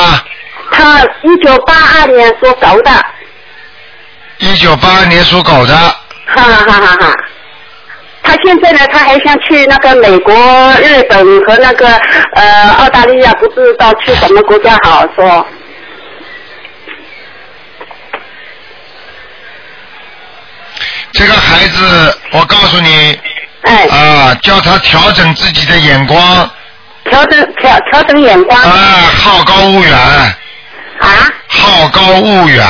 B: 他一九八二年属狗的，
A: 一九八二年属狗的，
B: 哈哈哈哈哈。他现在呢，他还想去那个美国、日本和那个呃澳大利亚，不知道去什么国家好说。
A: 这个孩子，我告诉你，
B: 哎，
A: 啊，叫他调整自己的眼光，
B: 调整调调整眼光。
A: 啊，好高骛远。啊？好高骛远。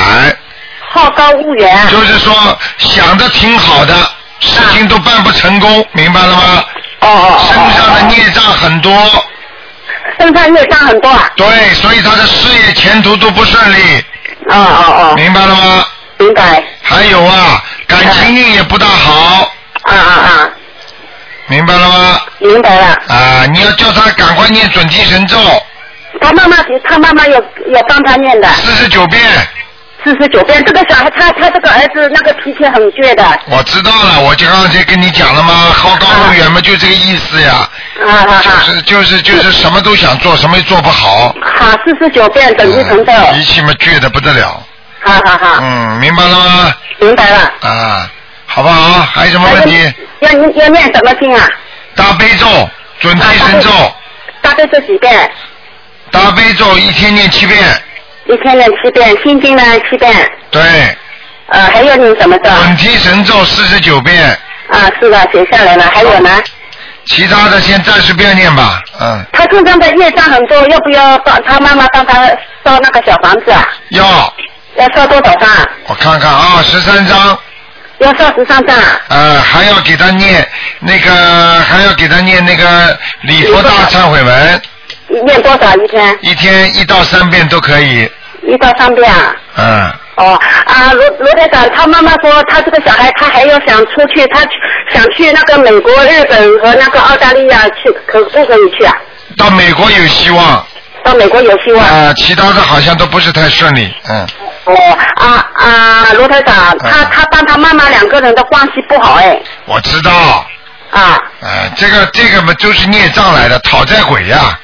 B: 好高骛远。啊
A: 就是说，想的挺好的，事情都办不成功，明白了吗？
B: 哦哦。
A: 身上的孽障很多。
B: 身上孽障很多啊。
A: 对，所以他的事业前途都不顺利。
B: 哦哦哦。
A: 明白了吗？
B: 明白。嗯
A: 还有啊，感情运也不大好。
B: 啊啊啊！
A: 明白了吗？
B: 明白了。
A: 啊，你要叫他赶快念准提神咒。
B: 他妈妈，他妈妈有有帮他念的。四
A: 十九遍。
B: 四十九遍，这个小孩他他这个儿子那个脾气很倔的。
A: 我知道了，我就刚才跟你讲了吗？好高骛远嘛，就这个意思呀。
B: 啊
A: 就是就是就是什么都想做，什么也做不好。嗯
B: 好，四十九遍等于成咒。
A: 脾气嘛倔的不得了。
B: 好好好，
A: 嗯，明白了吗？
B: 明白了。
A: 啊，好不好？还有什么问题？
B: 要要念什么经啊？
A: 大悲咒、准提神咒、
B: 啊大概这几遍？
A: 大悲咒一天念七遍，
B: 一天念七遍，心经呢七遍，
A: 对，
B: 呃，还有你什么咒？
A: 准提神咒四十九遍，
B: 啊，是的，写下来了。还有呢？
A: 其他的先暂时不要念吧。嗯，
B: 他身上的业障很多，要不要帮他妈妈帮他烧那个小房子啊？
A: 要
B: 要烧多少张？
A: 我看看啊，十三章。
B: 要烧十三张啊？
A: 呃，还要给他念那个，还要给他念那个礼佛大忏悔文，
B: 念多少一天？
A: 一天一到三遍都可以。
B: 一到三遍啊？
A: 嗯，
B: 哦啊，罗罗台长，他妈妈说他这个小孩，他还要想出去，他去想去那个美国、日本和那个澳大利亚去，可不可以去啊？
A: 到美国有希望。
B: 到美国有希望。
A: 啊、其他的好像都不是太顺利。嗯，
B: 哦啊啊，罗台长，他他帮他妈妈两个人的关系不好哎，
A: 我知道。
B: 啊。
A: 哎、这个这个嘛，就是孽障来的，讨债鬼呀、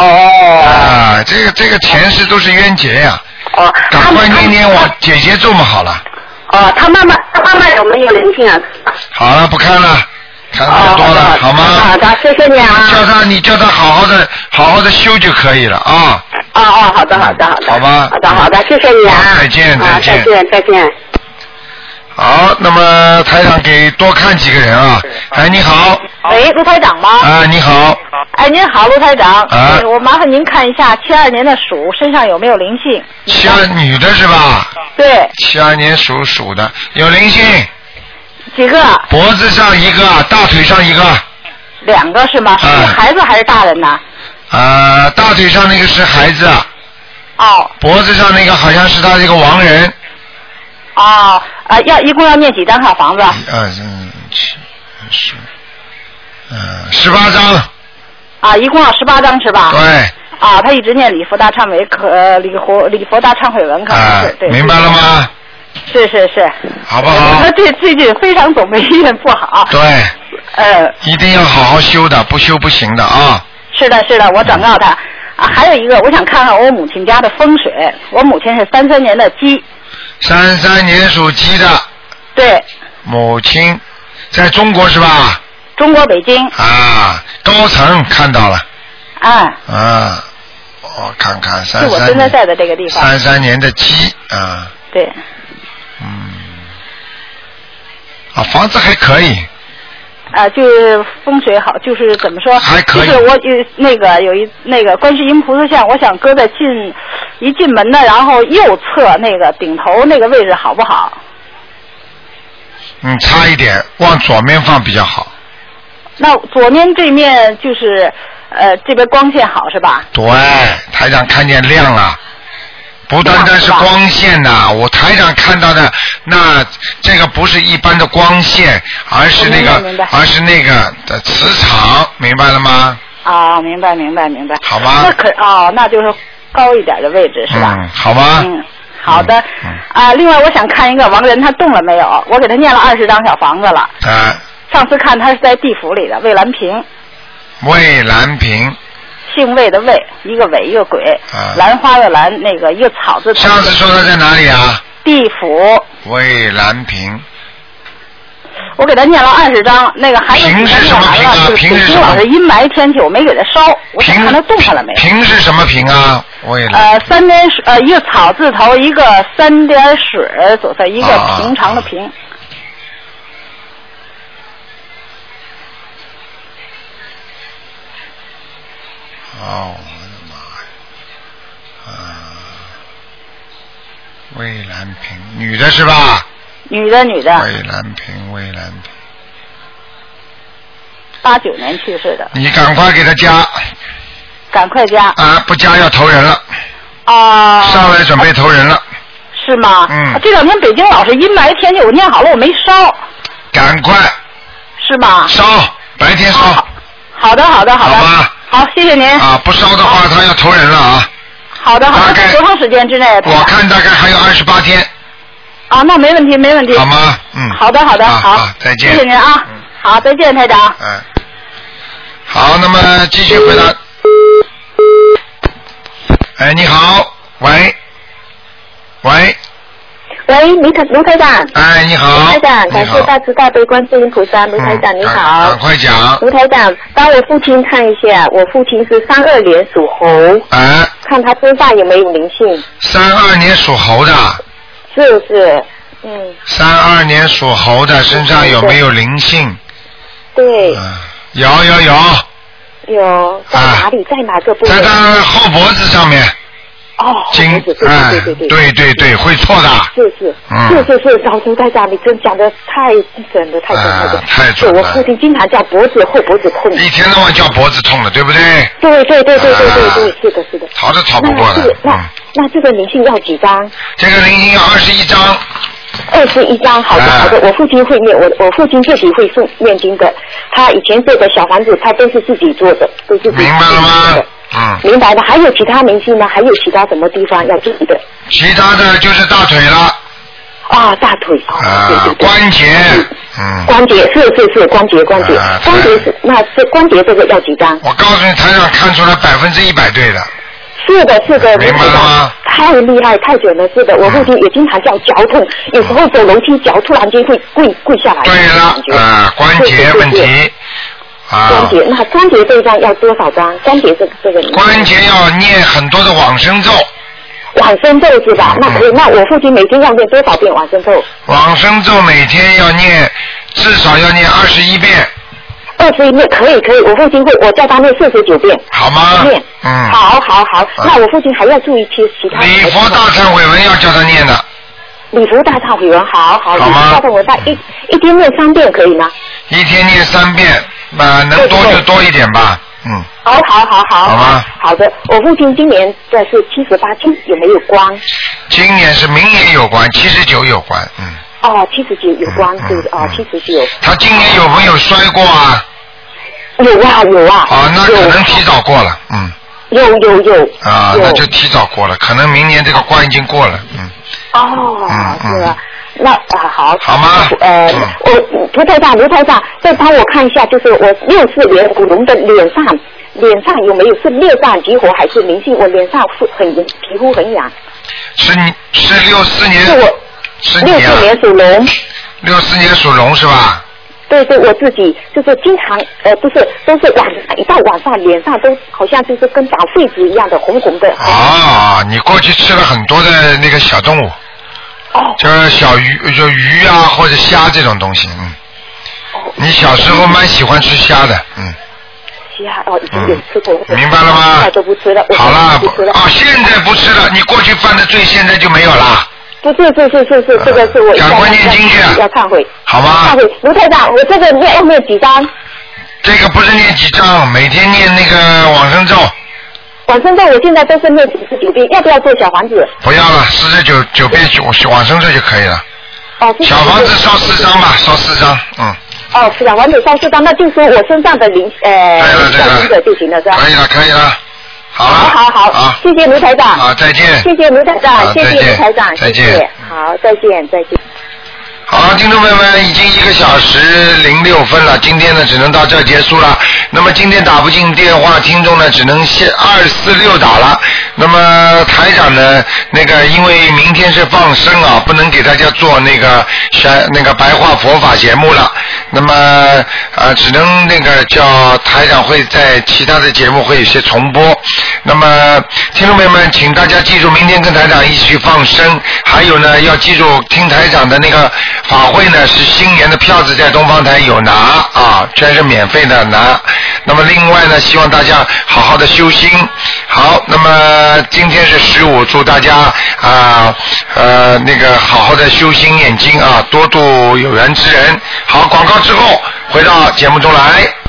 B: 哦。
A: 啊、这个这个前世都是冤结呀、
B: 哦。
A: 赶快念念我姐姐咒嘛，好了，
B: 哦，他妈妈他妈妈有没有灵性啊？
A: 好了，不看了。看太
B: 哦
A: 多了，好吗？好
B: 的，谢谢你啊。
A: 叫他，你叫他好好的，好好的修就可以了啊。
B: 哦哦，好的好的好的。
A: 嗯好吧。
B: 好的好的，谢谢你啊。
A: 再见
B: 啊
A: 再见
B: 再见再见。
A: 好，那么台长给多看几个人啊。
B: 嗯
A: 哎，你好，
M: 喂，卢台长吗？
A: 啊，你好，
M: 哎，您好，卢台长。
A: 啊
M: 哎我麻烦您看一下七二年的鼠身上有没有灵性？
A: 七二女的是吧？
M: 对，
A: 七二年属鼠的，有灵性，
M: 几个？
A: 脖子上一个，大腿上一个，啊
M: 两个是吗？是孩子还是大人呢？
A: 啊，大腿上那个是孩子，
M: 哦
A: 脖子上那个好像是他这个亡人，啊
M: 哦，呃，要一共要念几张小房子？
A: 嗯嗯，七十，嗯，十八张，
M: 啊，一共要十八张是吧？
A: 对，
M: 啊，他一直念礼佛大忏悔可呃礼佛礼佛大忏悔文，可能是、对。
A: 啊明白了吗？
M: 是是是，
A: 好不好？
M: 他这最近非常总霉运不好。
A: 对，
M: 呃，
A: 一定要好好修的，不修不行的啊。
M: 是的，是的，我转告他。啊，还有一个，我想看看我母亲家的风水。我母亲是三三年的鸡，
A: 三三年属鸡的
M: 对，
A: 母亲，在中国是吧？
M: 中国北京，
A: 啊，高层看到了
M: 啊，
A: 啊，我看看
M: 是
A: 三
M: 我
A: 三
M: 现在
A: 年
M: 在的这个地方。
A: 三三年的鸡啊
M: 对，
A: 啊，房子还可以，
M: 啊，就是风水好，就是怎么说？还
A: 可以
M: 就是我有那个有一那个观世音菩萨像，我想搁在进一进门的，然后右侧那个顶头那个位置好不好？
A: 嗯，差一点，往左面放比较好。
M: 那左面这面就是呃这边光线好是吧？
A: 对，台长看见亮了，不单单是光线呐、我台长看到的那这个不是一般的光线，而是那
M: 我明白明白
A: 个而是那个的磁场，明白了吗？
M: 啊，明白明白明白。
A: 好吧
M: 那可啊、那就是高一点的位置是吧？
A: 嗯，好吧，
M: 嗯，好的。
A: 嗯
M: 啊，另外我想看一个王仁，他动了没有？我给他念了二十张小房子了。
A: 啊，
M: 上次看他是在地府里的，魏兰平，
A: 蔚蓝屏，
M: 姓魏的魏，一个伟一个鬼，
A: 啊
M: 兰花的兰，那个一个草字头。
A: 上次说他在哪里啊？
M: 地府，
A: 蔚蓝屏，
M: 我给他念了二十张，那个还有几
A: 平
M: 张
A: 是
M: 念
A: 什么
M: 完
A: 平
M: 了，
A: 啊
M: 就是
A: 平
M: 北
A: 是
M: 京
A: 什么
M: 老是阴霾天气，我没给他烧，我想看他动弹了没有。
A: 屏是什么屏啊？蔚蓝，
M: 呃，三点水，呃，一个草字头，一个三点水左侧，一个
A: 啊
M: 平常的平。
A: 哦，我的妈呀！啊，蔚蓝屏，女的是吧？
M: 女的，女的，
A: 蔚蓝屏，蔚蓝屏，
M: 八九年去世的，
A: 你赶快给他加
M: 赶快加
A: 啊！不加要投人了，
M: 啊！
A: 上来准备投人了，
M: 是吗？
A: 嗯
M: 啊这两天北京老是阴霾天气，我念好了，我没烧，
A: 赶快
M: 是吗？
A: 烧，白天烧
M: 好的，好的，好的。好谢谢您。
A: 啊！不烧的话，他要投人了啊！
M: 好的，好的。多长时间之内？
A: 我看大概还有二十八天，
M: 啊，那没问题，没问题。
A: 好？吗？嗯，
M: 好的，好的，
A: 啊
M: 好
A: 啊，再见
M: 谢谢您啊。好，再见，台长。
A: 嗯，好，那么继续回答。哎，你好，喂，喂，
B: 喂，卢台卢台长。
A: 哎，你好，
B: 卢台长，
A: 你
B: 感
A: 好嗯
B: 谢大慈大悲观世音菩萨，卢台长你好。
A: 赶快讲，
B: 卢台长，帮我父亲看一下，我父亲是三二年属猴，
A: 哎，
B: 看他身上有没有灵性，
A: 三二年属猴的，
B: 是不是？嗯，
A: 三二年属猴的身上有没有灵性？啊
B: 对，
A: 有有有，
B: 有在哪里，在哪个部位？
A: 在他后脖子上面，
B: 哦，
A: 颈
B: 对对，
A: 哎
B: 对对对，
A: 对对对，会错的，
B: 是是
A: 嗯
B: 是是是，老卢台长，你真讲的太准了，太准了，
A: 哎太准
B: 是
A: 了
B: 我父亲经常叫脖子后脖子痛，
A: 一天到晚叫脖子痛了，对不对？
B: 对对对对对对对，是的，是的。
A: 逃都逃不过
B: 那这
A: 的嗯
B: 个，那那这个灵性要几张？
A: 这个灵性要二十一张。啊
B: 二十一张，好的好的，我父亲会念，我我父亲自己会诵念经的，他以前做的小房子，他都是自己做的，都是自己明白了吗？
A: 嗯，
B: 明白的。还有其他灵性吗？还有其他什么地方要注意的？
A: 其他的就是大腿了，
B: 啊，大腿啊，
A: 啊，关节，嗯，
B: 关节是是是关节关节
A: 啊
B: 关节是那这关节这个要几张？
A: 我告诉你，台长看出来百分之一百对的，
B: 是的，是的，
A: 明白了吗？啊
B: 太厉害，太准了，是的，我父亲也经常叫脚痛，有时候走楼梯脚突然间会跪跪下来。对了，
A: 啊，关节问题，啊
B: 关，节那关节这一张要多少张？关节这个这个
A: 关节要念很多的往生咒，
B: 往生咒是吧？那可以，那我父亲每天要念多少遍往生咒？
A: 往生咒每天要念，至少要念二十一遍，
B: 二十一遍可以可以，我父亲会，我叫他念四十九遍。
A: 好吗？
B: 念，
A: 嗯，
B: 好好好，那我父亲还要注意其其他。
A: 礼佛大忏悔文要叫他念的，
B: 礼佛大忏悔文，好好，礼佛大忏悔文大一一天念三遍可以吗？
A: 一天念三遍，啊，能多就多一点吧，嗯，
B: 好好好好
A: 好吗？
B: 好的，我父亲今年的是七十八斤，有没有光？
A: 今年是明年有关，七十九有关，嗯，
B: 哦，七十九有光，对，哦，七十九。
A: 他今年有没有摔过啊？
B: 有啊有啊。
A: 啊，那可能提早过了，嗯，
B: 有有有。
A: 啊，
B: 有
A: 那就提早过了，可能明年这个关已经过了，嗯，
B: 哦，对啊。那啊好，
A: 好吗？嗯
B: 呃，我涂台长，卢台长，再帮我看一下，就是我六四年古龙的脸上，脸上有没有是裂绽激活还是灵性？我脸上是很皮肤很痒，
A: 是你是六四年，是你
B: 六
A: 啊
B: 四，年属龙，
A: 六四年属龙是吧？
B: 对对，我自己就是经常呃，不是都是晚上一到晚上脸上都好像就是跟长痱子一样的红红的，
A: 啊，你过去吃了很多的那个小动物，就是小鱼，就鱼啊或者虾这种东西，嗯。你小时候蛮喜欢吃虾的，嗯。
B: 其他哦已经有吃过，
A: 明白了吗
B: 现在都不吃了，我
A: 好啦，
B: 不吃了，
A: 哦，现在不吃了，你过去犯的罪现在就没有啦，
B: 不是是是是是，这个
A: 呃
B: 是我赶快念经去，要忏悔。
A: 啊好吗？
B: 忏悔，卢台长，我这个念要念几张？
A: 这个不是念几张，每天念那个往生咒，
B: 晚上在我现在都是念几十九遍，要不要做小房子？
A: 不要了，四十九九遍九往生咒就可以了。
B: 哦，是
A: 小房子烧四张吧，烧四张，嗯，
B: 哦，小房子烧四张，那就说我身上的灵呃小灵者就行了，是吧？
A: 可以了，可以了，好了，
B: 好好
A: 好，
B: 谢谢卢台长。
A: 好再见
B: 谢谢卢台
A: 好
B: 长，谢
A: 再
B: 谢
A: 见
B: 卢台长，
A: 再
B: 谢
A: 见
B: 谢。好，再见，再见。
A: 好，听众朋友们，已经一个小时零六分了，今天呢只能到这儿结束了。那么今天打不进电话，听众呢只能先二四六打了。那么台长呢，那个因为明天是放生啊，不能给大家做那个选那个白话佛法节目了。那么呃，只能那个叫台长会在其他的节目会有些重播。那么听众朋友们，请大家记住，明天跟台长一起去放生，还有呢要记住听台长的那个法会呢是新年的票子在东方台有拿啊，全是免费的拿。那么另外呢，希望大家好好的修心。好，那么今天是十五，祝大家啊呃那个好好的修心念经啊，多度有缘之人。好，广告之后回到节目中来。